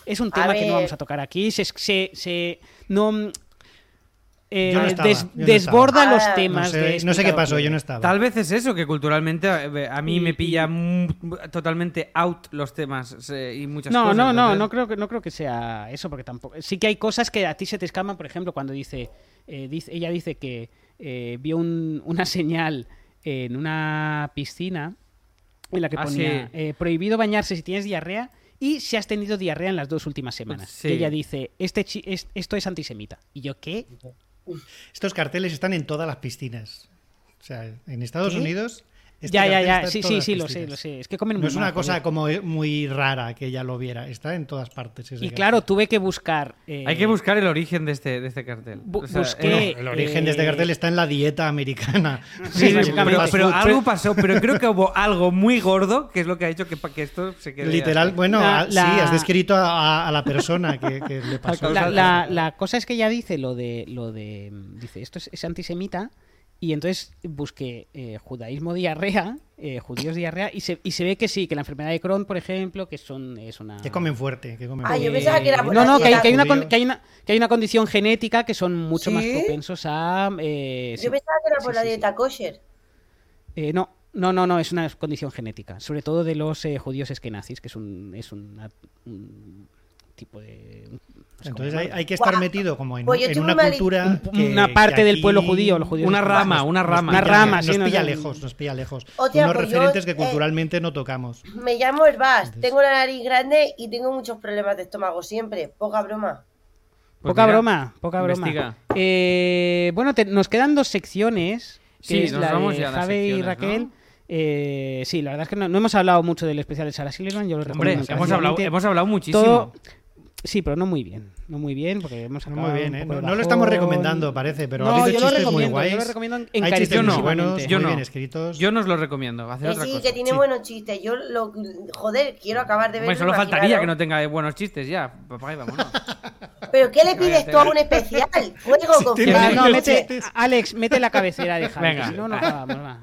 Es un A tema que no ver. vamos a tocar aquí, se, se, se- no, mm, eh, Yo no estaba, des- yo no desborda estaba. los Ah. No temas. sé, de no sé qué explicado pasó, Cluedo. yo no estaba. Tal vez es eso, que culturalmente eh, a mí Ah, Y- me pilla y- mu- totalmente out los temas eh, y muchas No, cosas. no, no, entonces- no creo que no creo que sea eso porque tampoco. Sí que hay cosas que a ti se te escapan, por ejemplo, cuando dice, eh, dice- ella dice que eh, vio un- una señal en una piscina en la que Ah, ponía sí. eh, prohibido bañarse si tienes diarrea y si has tenido diarrea en las dos últimas semanas. Sí. Y ella dice, este chi- es- esto es antisemita. Y yo qué? Estos carteles están en todas las piscinas. O sea, en Estados ¿Qué? Unidos. este ya, ya, cartel ya. está en Sí, todas sí, las sí, lo sé, piscinas. lo sé. Es que comen No muy es mal, una cosa joder. como muy rara que ella lo viera. Está en todas partes. ese Y cartel. claro, tuve que buscar. eh, Hay que buscar el origen de este, de este cartel. Bu- O sea, busqué- eh, el origen de este eh, cartel está en la dieta americana. Sí, sí, básicamente. pero, pero Fast food. algo pasó, pero creo que hubo algo muy gordo que es lo que ha hecho que, pa- que esto se quede. Literal, así. bueno, La- a- sí, la- has descrito a, a- a la persona que, que le pasó. La, la- la cosa es que ella dice lo de lo de mm, dice esto es, es antisemita y entonces busqué eh, judaísmo diarrea, eh, judíos diarrea y se, y se ve que sí, que la enfermedad de Crohn, por ejemplo, que son es una Que comen fuerte. Que comen Ah, yo fuerte. pensaba que era por no, la no, que hay, que hay una, judíos. con- que hay una que hay una condición genética que son mucho más ¿Sí? propensos a eh, sí. Yo pensaba que era Sí, por sí, la sí. dieta kosher. Eh, no, no, no, no, es una condición genética, sobre todo de los eh, judíos eskenazis, que es un, es una- un tipo de... no sé Entonces cómo hay, llamarlo. hay que estar Guau. metido como en, Pues yo en tuve una una li- cultura. Un- que- una que parte del aquí pueblo judío, los judíos Una son rama, vascos. una rama. Una Ya, rama, nos sí, no pilla sé. lejos, nos pilla lejos. Hostia, Unos pues yo, referentes que eh, culturalmente no tocamos. Me llamo Herbás, tengo la nariz grande y tengo muchos problemas de estómago siempre, poca broma. Pues poca mira, broma, poca investiga. broma. Eh, bueno, te- nos quedan dos secciones. Que Sí, es nos la vamos de ya a las Javi y secciones, Raquel. ¿no? Eh, sí, la verdad es que no, no hemos hablado mucho del especial de Sarah Silverman. Yo lo Hombre, recomiendo hemos hablado, encarecidamente. hemos hablado muchísimo. Todo- Sí, pero no muy bien. No muy bien, porque hemos No acabado muy bien, un ¿eh? poco No, de no lo estamos pues bajón. recomendando, parece, pero No, ha yo habido lo chistes muy recomiendo, yo guays. lo recomiendo Hay chistes muy encarecidísimamente. Yo buenos, muy no. bien pues escritos. Yo no os lo recomiendo. Hacer Que otra sí, cosa. que tiene sí. buenos chistes. Yo lo. Joder, quiero acabar de ver. Hombre, solo faltaría que no tenga eh, buenos chistes ya. Papá, y vámonos. Pero ¿qué le pides tú a un especial? Juego con te- Va, Fran. no, Los mete- chistes. Alex, mete la cabecera de Javi. Venga. que Si no, no acabamos. va.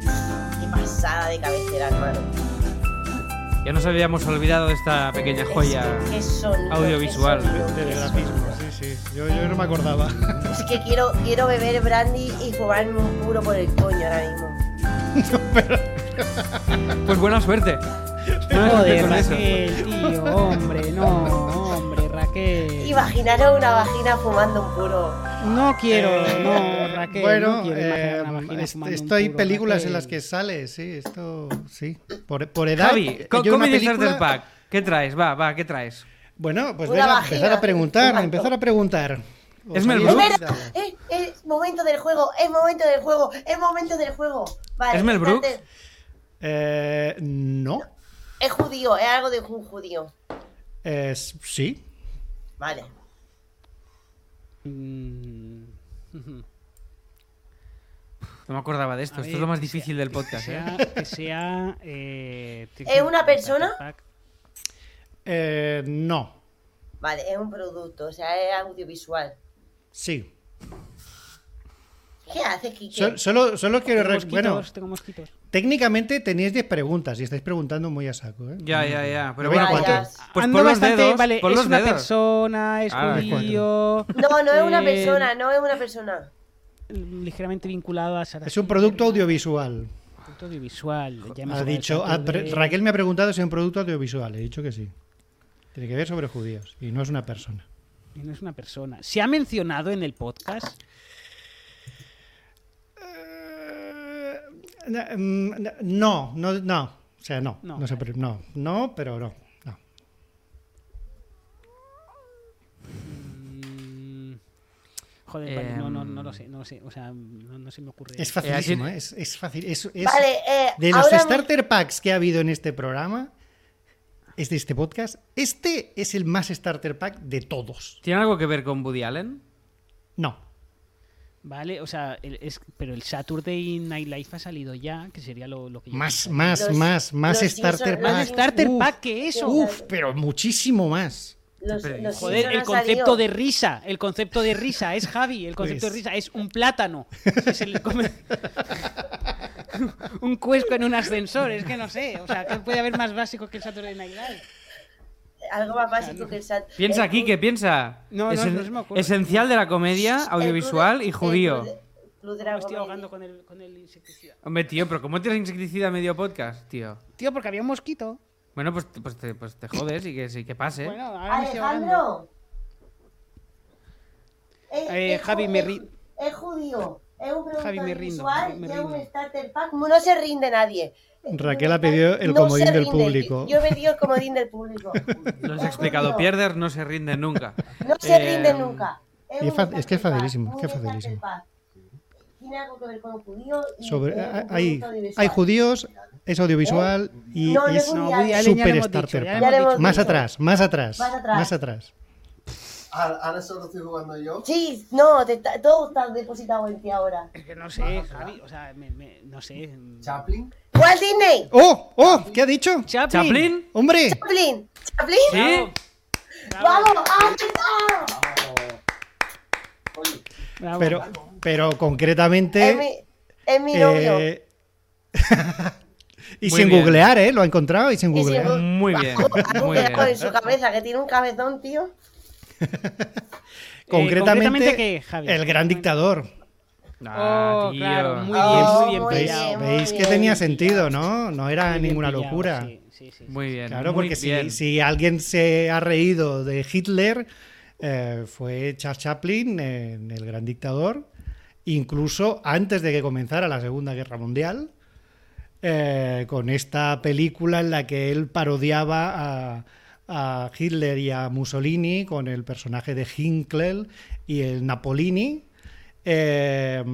Qué pasada de cabecera, hermano. Ya nos habíamos olvidado de esta pequeña joya. Es que- qué sonido, qué audiovisual. sonido, De- qué de sonido. grafismo, sí, sí. Yo, yo no me acordaba. Es que quiero, quiero beber brandy y fumarme un puro por el coño ahora mismo. Pues buena suerte. Buena suerte Joder, con eso. Raquel, tío, hombre, no, hombre, Raquel. Imaginaros una vagina fumando un puro. No quiero, Eh, no, Raquel. Bueno, no quiero imaginar una eh, vagina est- fumando un esto hay puro, películas en Raquel. las que sale, sí, esto sí. Por, por edad. eh, Javi, yo co- una Comedy película- Starter Pack. ¿Qué traes? Va, va, ¿qué traes? Bueno, pues Una venga, vagina. empezar a preguntar, Exacto. empezar a preguntar. Os Es Mel habéis Brooks. ¡Es olvidado. verdad! ¡Es, es momento del juego! ¡Es momento del juego! ¡Es momento del juego! Vale, ¿Es Mel Brooks? espérate. Eh, no. Es judío, es algo de un judío. Es- sí. Vale. Mm, No me acordaba de esto. A Esto ver, es lo más que difícil del Que podcast. ¿eh? sea. Que sea eh, ¿Es una persona? Eh, no. Vale, es un producto, o sea, es audiovisual. Sí. ¿Qué haces, Kike? So- solo, solo quiero. Tengo re- mosquitos, Bueno, tengo mosquitos. técnicamente tenéis 10 preguntas y estáis preguntando muy a saco. ¿eh? Ya, ya, ya. Pero Voy a bueno, pues, cuatro. pues Ando por los bastante- dedos. vale, por es los una dedos. persona, es Ah, judío. No, no es una eh, persona, no es una persona. Ligeramente vinculado a Sarah Es un producto Silverman, audiovisual. producto audiovisual. ya hemos Ha hablado dicho, tanto ha pre- de- Raquel me ha preguntado si es un producto audiovisual. He dicho que sí. Tiene que ver sobre judíos y no es una persona. Y No es una persona. ¿Se ha mencionado en el podcast? Na- mm, na- No, no, no. O sea, no. No. No, se pre- no, no, pero no. no. Mm, Joder, vale, no, no, no lo sé, no lo sé. O sea, no, no se me ocurre. Es facilísimo, ¿eh? es, es fácil. es- es- Vale, eh, de los ahora mi- starter packs que ha habido en este programa, es de este podcast, este es el más starter pack de todos. ¿Tiene algo que ver con Woody Allen? No, Vale, o sea, el- es, pero el Saturday Night Live ha salido ya, que sería lo, lo que yo más, pensaba. más, Los- más, más los starter Simpsons- Más Uf, pack. starter uf, pack que eso. Uf, pero muchísimo más. Los, Pero, los Joder, Simpson el han concepto salido. de risa, el concepto de risa es Javi, el concepto de Pues- risa es un plátano, es el come- un cuesco en un ascensor, es que no sé, o sea, ¿qué puede haber más básico que el Saturday Night Live? Algo más básico que el sat. Piensa el- aquí, que piensa. No, no, Esen- no se me ocurre. Esencial de la comedia, el audiovisual club- y el judío. club de- club de la Me estoy comedia. ahogando con el, con el insecticida. Hombre, tío, pero ¿cómo tiras insecticida a medio podcast, tío? Tío, porque había un mosquito. Bueno, pues, pues, te, pues te jodes y que, sí, que pase. Bueno, ahora Ah, me estoy ahogando. Alejandro. Es- Eh, es Javi, ju- me es- ri- Es judío. Es un producto Javi, me rindo, visual me y es un rindo. starter pack. No se rinde nadie. Raquel No ha pedido el se comodín del rinde. público. Yo, yo he pedido el comodín del público. Lo has Es explicado, judío. pierdes, no se rinde nunca. No se Eh, rinde nunca. y es un fa- es que starter es pack, facilísimo, un que es starter facilísimo. pack. Tiene algo que ver con los judíos. y Sobre, es un hay, producto hay- audiovisual. ¿Eh? hay judíos, es audiovisual y No, no es es un No, Woody Woody Allen Allen ya lo super hemos dicho, starter ya pack. lo Ya lo hemos hemos Más dicho. atrás, más atrás, Más atrás. más atrás. Ahora ahora solo estoy jugando yo. Sí, no, te está- todo está depositado en ti ahora. Es que no sé, Javi, o sea, me- me- no sé. Chaplin. Walt Disney, ¡Oh! ¡Oh! ¿Qué ha dicho? ¿Chaplin? ¡Hombre! Chaplin, Chaplin. ¿Sí? Vamos, ¡ah, Bravo. Pero, pero concretamente. Es mi, es mi novio. Eh, y Muy sin bien. googlear, ¿eh? Lo ha encontrado y sin Y sin googlear. gu- Muy bien, Algo muy que hago en bien. su cabeza, que tiene un cabezón, tío. Eh, concretamente, ¿qué, Javi? el gran dictador. Ah, Oh, tío. claro, muy Oh, bien, muy bien muy ¿Veis, pillado. bien. veis que bien tenía pillado. sentido, ¿no? No era Muy bien ninguna pillado, locura. sí, sí, sí, sí. Muy bien. Claro, muy porque si, bien. si alguien se ha reído de Hitler, eh, fue Charles Chaplin, eh, en el gran dictador, incluso antes de que comenzara la Segunda Guerra Mundial, eh, con esta película en la que él parodiaba a, a Hitler y a Mussolini con el personaje de Hinkle y el Napolini. Eh,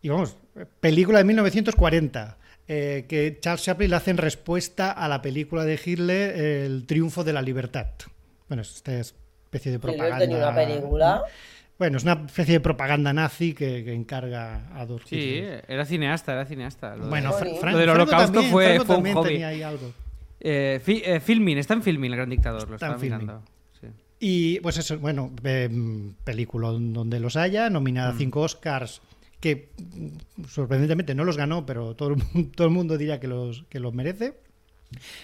y vamos, película de 1940, eh, que Charles Chaplin le hace en respuesta a la película de Hitler, eh, El triunfo de la libertad. Bueno, es esta especie de Hitler propaganda. tenía una película. Bueno, es una especie de propaganda nazi que, que encarga a Adolf Sí, Hitler. era cineasta, era cineasta. lo de- Bueno, Fra- Lo Fran- del Franco holocausto también, fue- Franco fue un también hobby. tenía ahí algo. Eh, fi- eh, filming, está en filming el gran dictador, lo Está en estaba Filmin. mirando. Sí. Y pues eso, bueno, em, película donde los haya, nominada a Mm. cinco Oscars, que mm, sorprendentemente no los ganó, pero todo, el mu- todo el mundo diría que los, que los merece.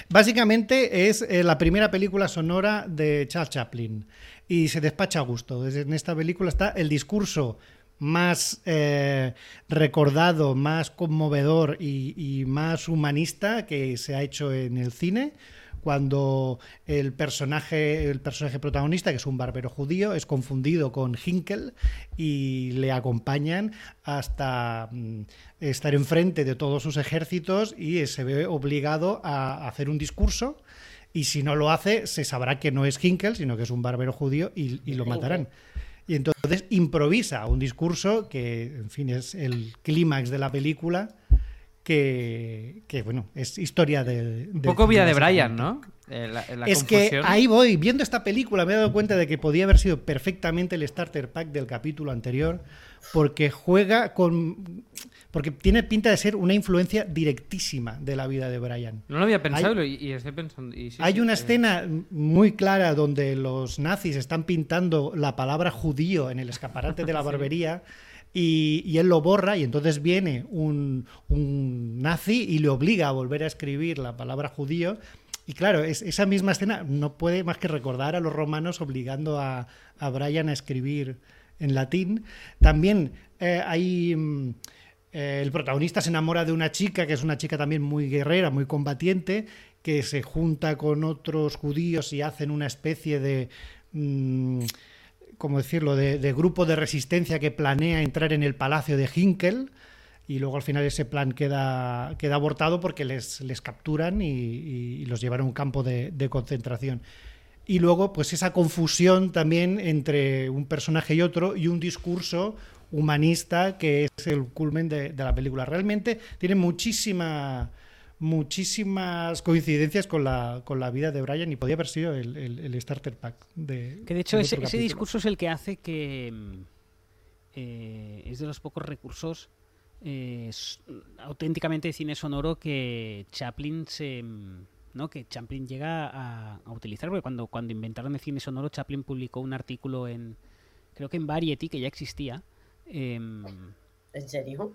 Básicamente es eh, la primera película sonora de Charles Chaplin y se despacha a gusto. Desde- En esta película está el discurso más eh, recordado, más conmovedor y, y más humanista que se ha hecho en el cine cuando el personaje, el personaje protagonista, que es un barbero judío, es confundido con Hinkel y le acompañan hasta mm, estar enfrente de todos sus ejércitos y eh, se ve obligado a hacer un discurso y si no lo hace se sabrá que no es Hinkel, sino que es un barbero judío y, y lo matarán. Y entonces improvisa un discurso que, en fin, es el clímax de la película, que, que, bueno, es historia de... Un poco vida de Brian, ¿no? Eh, la- la es que confusión. ahí voy, viendo esta película me he dado cuenta de que podía haber sido perfectamente el starter pack del capítulo anterior, porque juega con... porque tiene pinta de ser una influencia directísima de la vida de Brian. No lo había pensado y, y estoy pensando. y sí, Hay sí, una eh, escena muy clara donde los nazis están pintando la palabra judío en el escaparate de la barbería y, y él lo borra y entonces viene un, un nazi y le obliga a volver a escribir la palabra judío. Y claro, es- esa misma escena no puede más que recordar a los romanos obligando a, a Brian a escribir en latín. También eh, hay... mm, eh, el protagonista se enamora de una chica, que es una chica también muy guerrera, muy combatiente, que se junta con otros judíos y hacen una especie de... mm, ¿cómo decirlo?, de, de grupo de resistencia que planea entrar en el palacio de Hinkel y luego al final ese plan queda, queda abortado porque les, les capturan y, y- y los llevan a un campo de, de concentración. Y luego, pues esa confusión también entre un personaje y otro y un discurso humanista que es el culmen de, de la película. Realmente tiene muchísima, muchísimas coincidencias con la, con la vida de Brian y podía haber sido el, el- el starter pack de... Que de hecho del ese, otro ese capítulo. discurso es el que hace que mm, eh, es de los pocos recursos eh, s- auténticamente de cine sonoro que Chaplin se mm, ¿no? que Chaplin llega a, a utilizar porque cuando, cuando inventaron el cine sonoro Chaplin publicó un artículo en creo que en Variety que ya existía em, ¿En serio?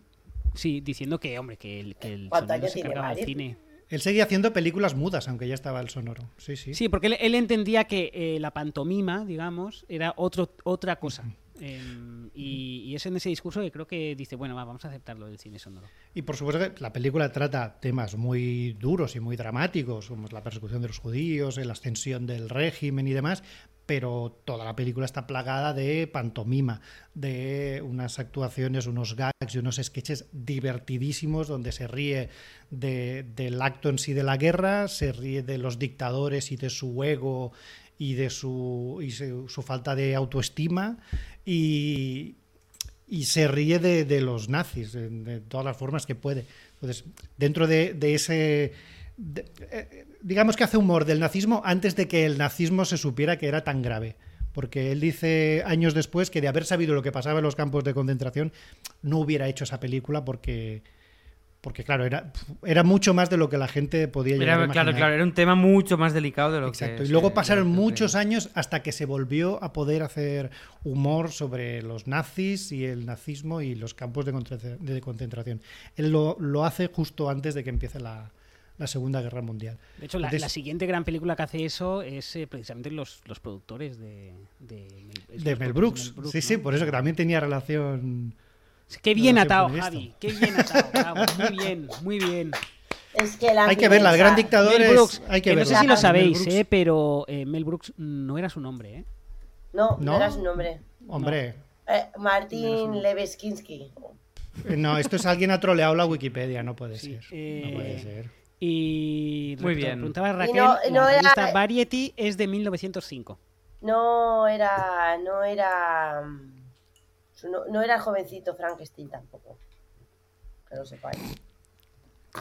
sí diciendo que hombre que el, que el ¿Cuántos sonido años se tiene cargaba al Variety? cine Él seguía haciendo películas mudas, aunque ya estaba el sonoro. Sí, sí. sí porque él, él entendía que eh, la pantomima digamos era otro otra cosa Em, y, y es en ese discurso que creo que dice, bueno, va, vamos a aceptarlo del cine sonoro. Y por supuesto que la película trata temas muy duros y muy dramáticos, como es la persecución de los judíos, eh, la ascensión del régimen y demás, pero toda la película está plagada de pantomima, de unas actuaciones, unos gags y unos sketches divertidísimos donde se ríe de- del acto en sí de la guerra, se ríe de los dictadores y de su ego y de su, y su- su falta de autoestima y, y se ríe de, de los nazis de, de todas las formas que puede. Entonces, dentro de, de ese... de- eh, digamos que hace humor del nazismo antes de que el nazismo se supiera que era tan grave. Porque él dice años después que de haber sabido lo que pasaba en los campos de concentración, no hubiera hecho esa película porque, porque claro, era, era mucho más de lo que la gente podía llegar a Era, imaginar. claro, claro, era un tema mucho más delicado de lo que. Exacto. Y se- luego de pasaron lo que- muchos años hasta que se volvió a poder hacer humor sobre los nazis y el nazismo y los campos de, contra- de concentración. Él lo, lo hace justo antes de que empiece la, la Segunda Guerra Mundial. De hecho, la, Entonces- la siguiente gran película que hace eso es eh, precisamente los, los productores de, de, Mel- es de los Mel productores Brooks. sí, sí, ¿no? por eso que también tenía relación Qué bien No, siempre atado, listo. Javi. Qué bien atado. bravo, Muy bien, muy bien. Es que la Hay que verla, el gran dictador dictador Mel Brooks, es. Hay que no verla. sé si lo Mel sabéis, Brooks. eh, pero eh, Mel Brooks no era su nombre. ¿eh? No, no ¿No? era su nombre. Hombre, Eh, Martín Leveskinsky. eh, no, esto es alguien ha troleado la Wikipedia, no puede Sí, ser. eh, No puede ser. Y Muy repito, bien. preguntaba Raquel, Y no- no la era- revista Variety es de 1905. No era. No era. su No, no era jovencito Frankenstein tampoco. Que lo sepáis.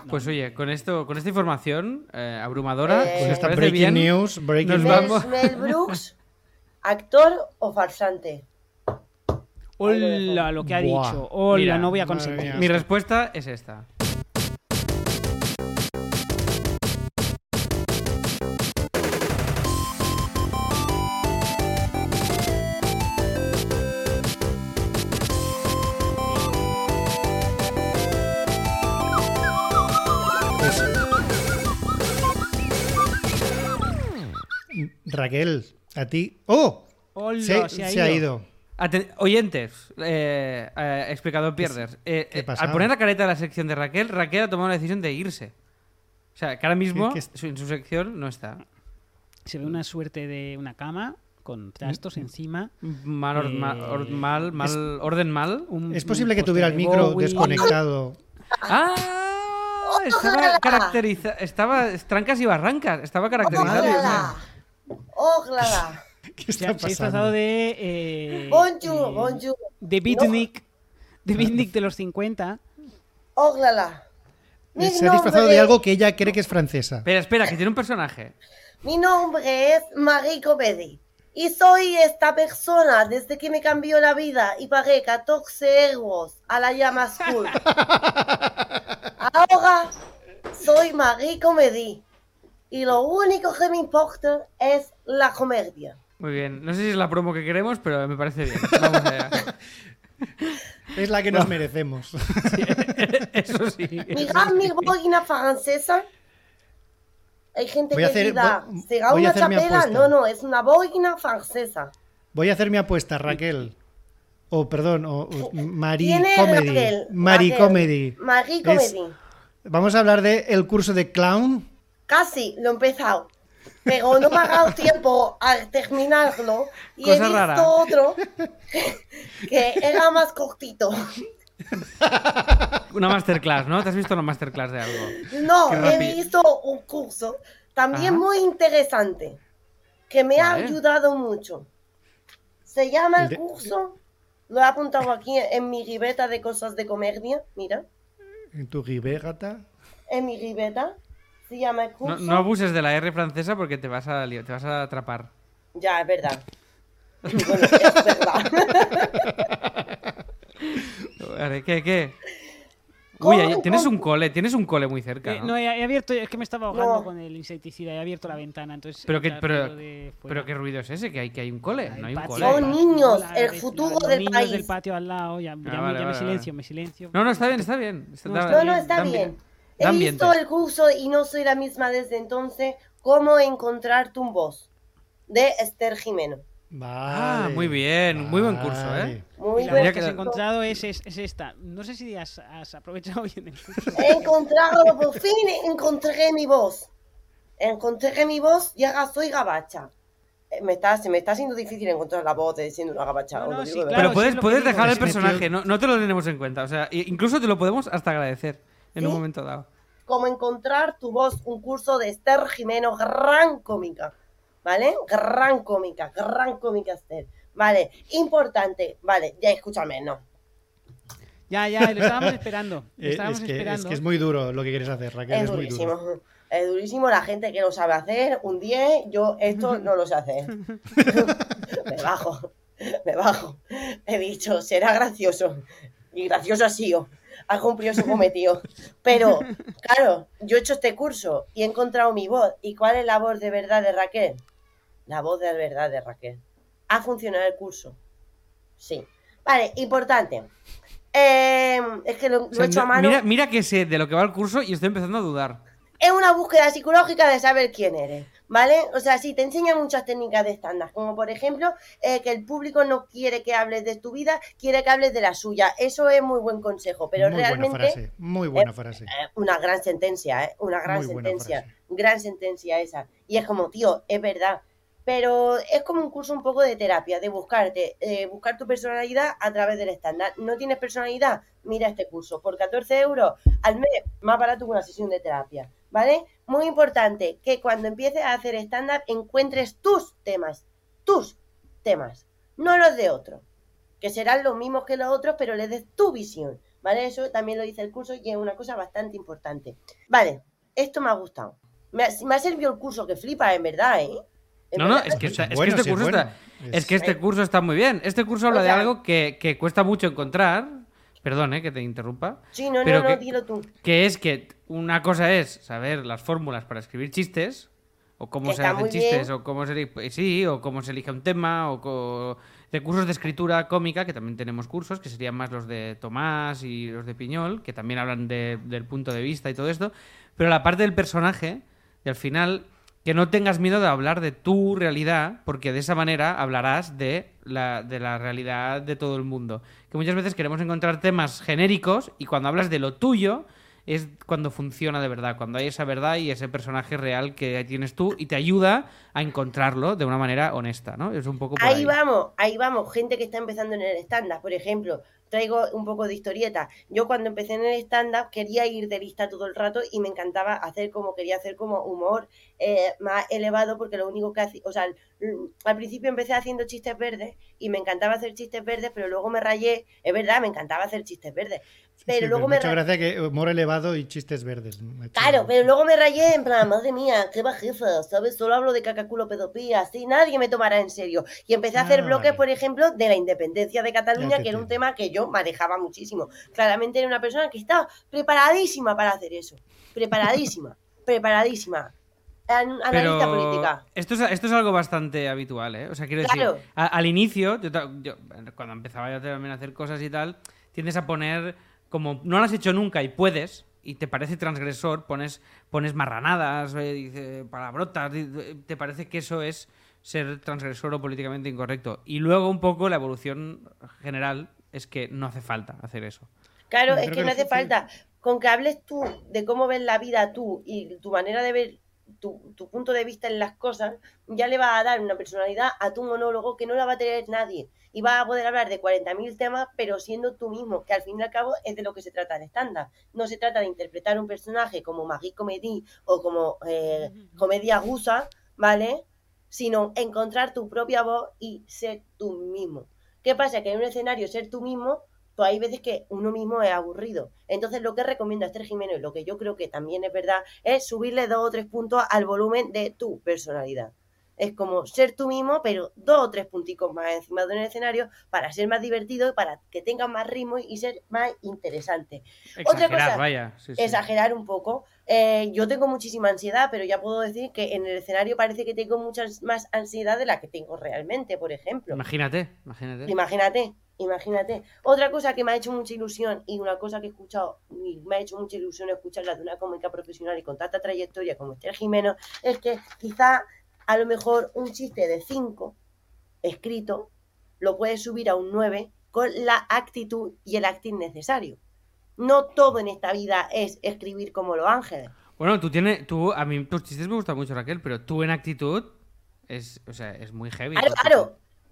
Pues oye, con esto, con esta información eh, abrumadora, Eh, si Con os esta parece breaking bien, news, breaking nos news. vamos. Mel, Mel Brooks, actor o farsante. Ahí lo dejo. Hola, lo que ha Buah, dicho. Hola, mira, no voy a madre conseguir. mía. mi respuesta es esta. Raquel, a ti. ¡Oh! Hola, se, se ha se ha ido. ido. Aten- oyentes, eh, eh, explicador pierders. Eh, qué eh, pasada? al poner la careta a la sección de Raquel, Raquel ha tomado la decisión de irse. O sea, que ahora mismo ¿Qué- qué- su- en su sección no está. Se ve una suerte de una cama con trastos encima. Mal, Eh, orma- or- mal, mal- orden mal. un- Es un posible que póster tuviera el de micro Bowie. desconectado. ¡Oh, ¡Ah! Estaba caracteriza Estaba trancas y barrancas. Estaba caracterizado. ¡Oglala! ¡Oglala! Se ¿Qué está ha, se ha disfrazado pasando? de. Eh, ¡Bonjour! eh, ¡Bonjour! De Beatnik. De Beatnik de los 50. ¡Oglala! Mi Se ha disfrazado nombre- de algo que ella cree que es francesa. Espera, espera, que tiene un personaje. Mi nombre es Marie Copedi. Y soy esta persona desde que me cambió la vida y pagué 14 euros a la llama school. Ahora soy Marie Comedy. Y lo único que me importa es la comedia. Muy bien. No sé si es la promo que queremos, pero me parece bien. Vamos allá. Es la que nos merecemos. Eso sí. Mirad mi boina francesa. Hay gente Voy a que hacer- dirá, voy- ¿será voy una a hacer mi chapela? apuesta. No, no, es una boina francesa. Voy a hacer mi apuesta, Raquel. O, perdón, o, o- Marie Tiene Comedy. Raquel, Marie Raquel, Comedy. Marie Es- Comedy. Vamos a hablar de el curso de clown. Casi lo he empezado. Pero no me ha dado tiempo a terminarlo. Y he Cosa visto rara. otro que era más cortito. Una masterclass, ¿no? ¿Te has visto una masterclass de algo? No, Qué he rápido. visto un curso también Ajá. muy interesante que me ha Vale. ayudado mucho. Se llama El el de- curso, lo he apuntado aquí en mi ribeta de cosas de comedia, mira, En tu ribegata. en mi ribeta. Se llama el No, curso. no abuses de la R francesa porque te vas a, liar, te vas a atrapar. Ya, es verdad. Bueno, es verdad. Vale, ¿Qué, qué? ¿Cómo Uy, ahí- tienes con- un cole, tienes un cole muy cerca, Eh, ¿no? no, he, he abierto, es que me estaba ahogando No. con el insecticida, he abierto la ventana, entonces... Pero qué- entra pero- ruido de fuera. Pero qué ruido es ese, que hay, que hay un cole, Ah, el no hay un patio, cole. Son el patio, niños, la- el la- futuro los del niños país. del patio al lado, ya, ya, me- ya vale, me vale, silencio, me silencio. No, no, está bien, está bien. Está- No, da- No, no, está da ambi- bien. da He ambiente. visto el curso y no soy la misma desde entonces. ¿Cómo encontrar tu voz? De Esther Jimeno. Ah, muy bien, muy buen curso, ¿eh? Muy Y Habría la voz que buen que dar- has curso. encontrado es, es, es esta. No sé si has, has aprovechado bien el curso. He encontrado, por fin encontré mi voz. Encontré mi voz y ahora soy gabacha. Eh, Me está, se me está haciendo difícil encontrar la voz de siendo una gabacha. No, os lo no, digo sí, de verdad. claro, Pero puedes, es lo que puedes digo. dejar el Es metido- personaje, no, no te lo tenemos en cuenta. O sea, i- incluso te lo podemos hasta agradecer en un Sí. momento dado. Cómo encontrar tu voz, un curso de Esther Jimeno, gran cómica, ¿vale? Gran cómica, gran cómica Esther. Vale, importante, vale, ya escúchame, no. Ya, ya, lo estábamos esperando. Lo Eh, estábamos es, que, esperando. es que es muy duro lo que quieres hacer, Raquel. Es, Es muy durísimo. duro. Es durísimo la gente que lo sabe hacer, un 10, yo esto no lo sé hacer. me bajo, me bajo. He dicho, será gracioso. Y gracioso ha sido. Ha cumplido su cometido. Pero, claro, yo he hecho este curso y he encontrado mi voz. ¿Y cuál es la voz de verdad de Raquel? La voz de verdad de Raquel. ¿Ha funcionado el curso? Sí. Vale, importante. Eh, es que lo, O lo sea, he hecho a no- mano. mira, mira que sé de lo que va el curso y estoy empezando a dudar. Es una búsqueda psicológica de saber quién eres. ¿vale? O sea, sí, te enseña muchas técnicas de estándar, como por ejemplo eh, que el público no quiere que hables de tu vida, quiere que hables de la suya. Eso es muy buen consejo, pero muy realmente... buena frase, muy buena frase. Eh, una gran sentencia, ¿eh? Una gran Muy buena sentencia. frase. Gran sentencia esa. Y es como, tío, es verdad. Pero es como un curso un poco de terapia, de buscarte, eh, buscar tu personalidad a través del estándar. ¿No tienes personalidad? Mira este curso. Por 14 euros al mes, más barato que una sesión de terapia. ¿Vale? Muy importante que cuando empieces a hacer estándar encuentres tus temas. Tus temas. No los de otro que serán los mismos que los otros, pero les des tu visión, ¿vale? Eso también lo dice el curso y es una cosa bastante importante. Vale, esto me ha gustado. Me ha, me ha servido el curso, que flipa, en verdad, ¿eh? En No, no, verdad. es que, Es está- es que bueno, este sí, es curso bueno. está. Es que este curso está muy bien. Este curso habla de sea- algo que, que cuesta mucho encontrar. Perdón, eh, que te interrumpa. Sí, no, pero no, no, que- dilo tú. Que es que una cosa es saber las fórmulas para escribir chistes, o cómo Que se está hacen muy chistes, bien. o cómo se, eli- sí, o cómo se elige un tema, o co- recursos de escritura cómica, que también tenemos cursos, que serían más los de Tomás y los de Piñol, que también hablan de- del punto de vista y todo esto, pero la parte del personaje, y al final, que no tengas miedo de hablar de tu realidad, porque de esa manera hablarás de la, de la realidad de todo el mundo. Que muchas veces queremos encontrar temas genéricos y cuando hablas de lo tuyo es cuando funciona de verdad, cuando hay esa verdad y ese personaje real que tienes tú y te ayuda a encontrarlo de una manera honesta, ¿no? Es un poco por Ahí ahí. vamos, ahí vamos. Gente que está empezando en el stand-up, por ejemplo, traigo un poco de historieta. Yo cuando empecé en el stand-up quería ir de lista todo el rato y me encantaba hacer como quería hacer como humor eh, más elevado porque lo único que hacía, o sea, al, al principio empecé haciendo chistes verdes y me encantaba hacer chistes verdes, pero luego me rayé. Es verdad, me encantaba hacer chistes verdes, pero luego me Muchas ra- gracias que humor elevado y chistes verdes. me ha hecho- Claro, pero luego me rayé en plan, madre mía, qué bajiza, ¿sabes? Solo hablo de cacaculo pedopía, así nadie me tomará en serio. Y empecé a hacer Ah, bloques, vale. por ejemplo, de la independencia de Ya Cataluña, te que era un entiendo. tema que yo manejaba muchísimo. Claramente era una persona que estaba preparadísima para hacer eso. Preparadísima, preparadísima. An- Pero analista política. Esto es, esto es algo bastante habitual, ¿eh? O sea, quiero decir, Claro. a- al inicio, yo, ta- yo, cuando empezaba yo también a hacer cosas y tal, tiendes a poner, como no lo has hecho nunca y puedes, y te parece transgresor, pones, pones marranadas, eh, dice, palabrotas, di- eh, te parece que eso es ser transgresor o políticamente incorrecto. Y luego un poco la evolución general es que no hace falta hacer eso. Claro, Yo es creo que que no eso hace sí. falta. Con que hables tú de cómo ves la vida tú y tu manera de ver tu, tu punto de vista en las cosas, ya le vas a dar una personalidad a tu monólogo que no la va a tener nadie. Y vas a poder hablar de 40.000 temas, pero siendo tú mismo, que al fin y al cabo es de lo que se trata el estándar. No se trata de interpretar un personaje como Maggie Comedy o como eh, Comedia Gusa, ¿vale? Sino encontrar tu propia voz y ser tú mismo. ¿Qué pasa? Que en un escenario ser tú mismo pues hay veces que uno mismo es aburrido. Entonces, lo que recomienda Esther Jiménez, lo que yo creo que también es verdad, es subirle dos o tres puntos al volumen de tu personalidad. Es como ser tú mismo, pero dos o tres punticos más encima de un escenario para ser más divertido y para que tenga más ritmo y ser más interesante Otra Exagerar, cosa- vaya. sí, sí. exagerar un poco. Eh, yo tengo muchísima ansiedad, pero ya puedo decir que en el escenario parece que tengo mucha ans- más ansiedad de la que tengo realmente, por ejemplo. Imagínate, imagínate. Imagínate, imagínate. Otra cosa que me ha hecho mucha ilusión y una cosa que he escuchado y me ha hecho mucha ilusión escucharla de una cómica profesional y con tanta trayectoria como Esther Jimeno es que quizá a lo mejor un chiste de 5 escrito lo puedes subir a un 9 con la actitud y el acting necesario. No todo en esta vida es escribir como los ángeles. Bueno, tú tienes, tú, a mí tus chistes me gustan mucho, Raquel, pero tú en actitud es, o sea, es muy heavy. Aro, tu actitud.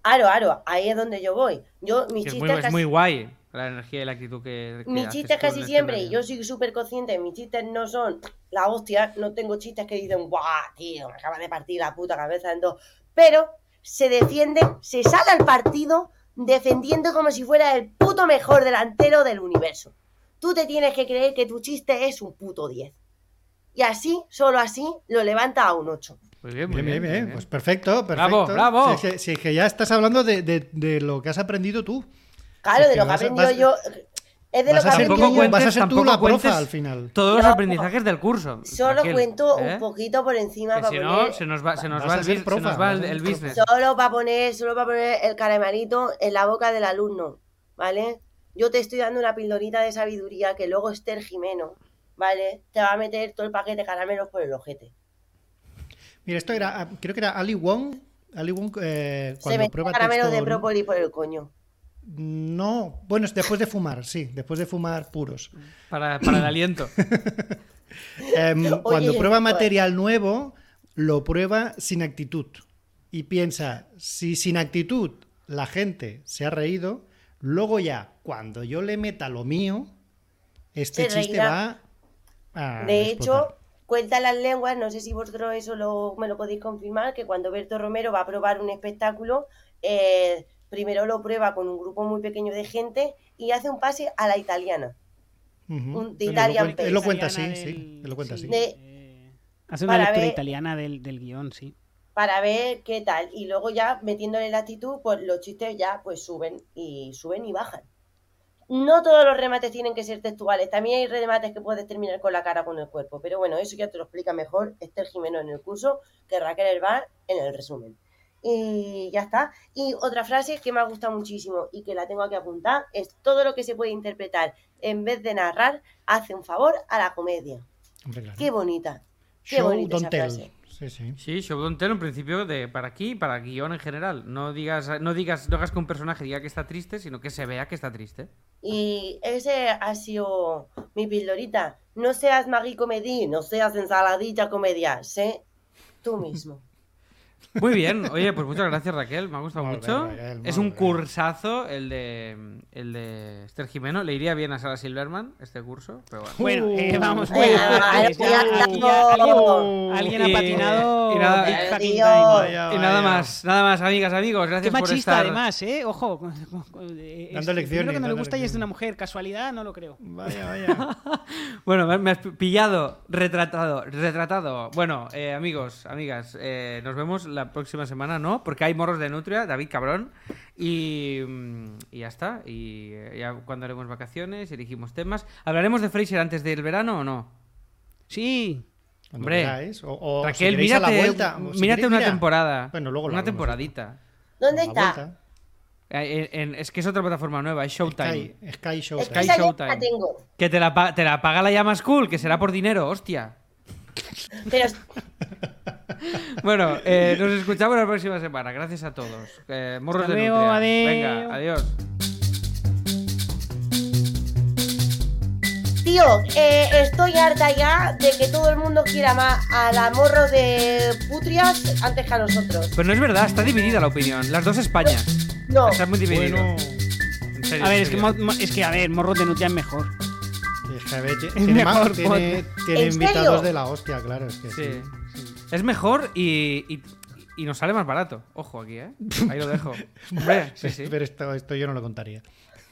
aro, aro, aro, ahí es donde yo voy. Yo, mis Que es, chistes muy, es casi- muy guay la energía y la actitud que. que haces mis este chistes tú en casi el siempre, y escenario. yo soy súper consciente, mis chistes no son la hostia, no tengo chistes que dicen, guau, tío, me acaba de partir la puta cabeza en dos, pero se defiende, se sale al partido defendiendo como si fuera el puto mejor delantero del universo. Tú te tienes que creer que tu chiste es un puto 10. Y así, solo así, lo levanta a un 8. Muy bien, muy Bien, bien, bien. muy Pues perfecto, Bravo, perfecto. bravo. Si es que, si es que ya estás hablando de, de- de lo que has aprendido tú. Claro, Es de que lo que he vas a- aprendido vas- yo. Es de lo vas que a he ser- Tampoco aprendido yo. cuentes, Vas a ser tú tampoco la profa cuentes al final. Todos los No. aprendizajes del curso. Solo Raquel, cuento ¿eh? un poquito por encima Que para si poner... no, se nos va, se nos Vas va a el, ser bis- se profa, nos va vas a el, ser el profa. business. Solo para poner, solo para poner el caramelito en la boca del alumno, ¿vale? Yo te estoy dando una pildorita de sabiduría que luego Esther Jimeno, ¿vale? Te va a meter todo el paquete de caramelos por el ojete. Mira, esto era, ah, creo que era Ali Wong. Ali Wong, eh, Se cuando me prueba caramelo de texto- brócoli por el coño. No, bueno, es después de fumar, sí, después de fumar puros. Para, para el aliento. Em, cuando Oye, eh, prueba joder. material nuevo, lo prueba sin actitud. Y piensa, si sin actitud la gente se ha reído, luego ya, cuando yo le meta lo mío, este Se chiste reirá. va a. De explotar. hecho, cuentan las lenguas, no sé si vosotros eso lo- me lo podéis confirmar, que cuando Berto Romero va a probar un espectáculo, eh, primero lo prueba con un grupo muy pequeño de gente y hace un pase a la italiana. Ujú. un- de Él lo Italian cuenta- él lo cuenta así, Italiana sí. del- Él lo cuenta sí, así. De- eh, hace una Para lectura ver- italiana del, del guión, sí. para ver qué tal. Y luego ya metiéndole la actitud, pues los chistes ya pues suben y suben y bajan. No todos los remates tienen que ser textuales, también hay remates que puedes terminar con la cara o con el cuerpo, pero bueno, eso ya te lo explica mejor Esther Jimeno en el curso que Raquel Herbar en el resumen. Y ya está. Y otra frase que me ha gustado muchísimo y que la tengo aquí apuntada es todo lo que se puede interpretar en vez de narrar hace un favor a la comedia. Hombre, claro. Qué bonita. Qué Show, bonita esa don't tell. frase. Sí, sí. Sí, show don't tell, en principio de para aquí, y para guión en general. No digas, no digas, no hagas que un personaje diga que está triste, sino que se vea que está triste. Y ese ha sido mi pildorita. No seas magui comedí, no seas ensaladilla comedia, sé tú mismo. Muy bien, oye, pues muchas gracias Raquel, me ha gustado Molt mucho. bé, Raquel, es molt un bé. cursazo el de el de Esther Jimeno. Le iría bien a Sara Silverman este curso, pero bueno. Bueno, eh, vamos muy Venga, fuertes, va, ya, Uh, ya, aquí ya, alguien- no. Alguien ha Y- patinado. y nada, Big Adiós. fucking time. Vaya, Y nada vaya. más, nada más, amigas, amigos, Qué gracias por machista, estar. además, ¿eh? Ojo. con- con- con- eh, Dando es- Lo lecciones, primero que no le dando gusta y es de lecciones. una mujer. Casualidad, no lo creo. Vaya, vaya. Bueno, me- me has pillado, retratado, retratado. Bueno, eh, amigos, amigas, eh, nos vemos la próxima semana, ¿no? Porque hay morros de nutria, David cabrón. Y, mm, y ya está. Y eh, ya cuando haremos vacaciones, elegimos temas. ¿Hablaremos de Fraser antes del verano o no? Sí. Cuando Hombre. queráis, o, o si Raquel, queréis a la mírate, vuelta, o si mírate queréis, una mira. temporada. Bueno, luego lo Una hablamos, temporadita. ¿Dónde La está? vuelta. Eh, en- en- es que es otra plataforma nueva, es Showtime. Sky, Sky Es Showtime. que Sky esa yo Showtime. la tengo. Que te la, pa- te la paga la llama School, que será por dinero, hostia. Pero Bueno, eh, nos escuchamos la próxima semana. Gracias a todos. Eh, morros Hasta de luego, nutria. adeu. Venga, adiós. Tío, eh, estoy harta ya de que todo el mundo quiera más a la morro de putrias antes que a nosotros. Pues no es verdad, está dividida la opinión. Las dos Españas. No, Está muy dividido. Bueno, En serio, A ver, en es que, serio. mo- mo- es que, a ver, morros de Nutria es mejor. deja ver, tiene, mejor más- tiene- tiene ¿En serio? invitados de la hostia, claro. Es que Sí. sí. Es mejor y, y, y nos sale más barato. Ojo aquí, ¿eh? Ahí lo dejo. Hombre, sí, sí. Pero esto, esto yo no lo contaría.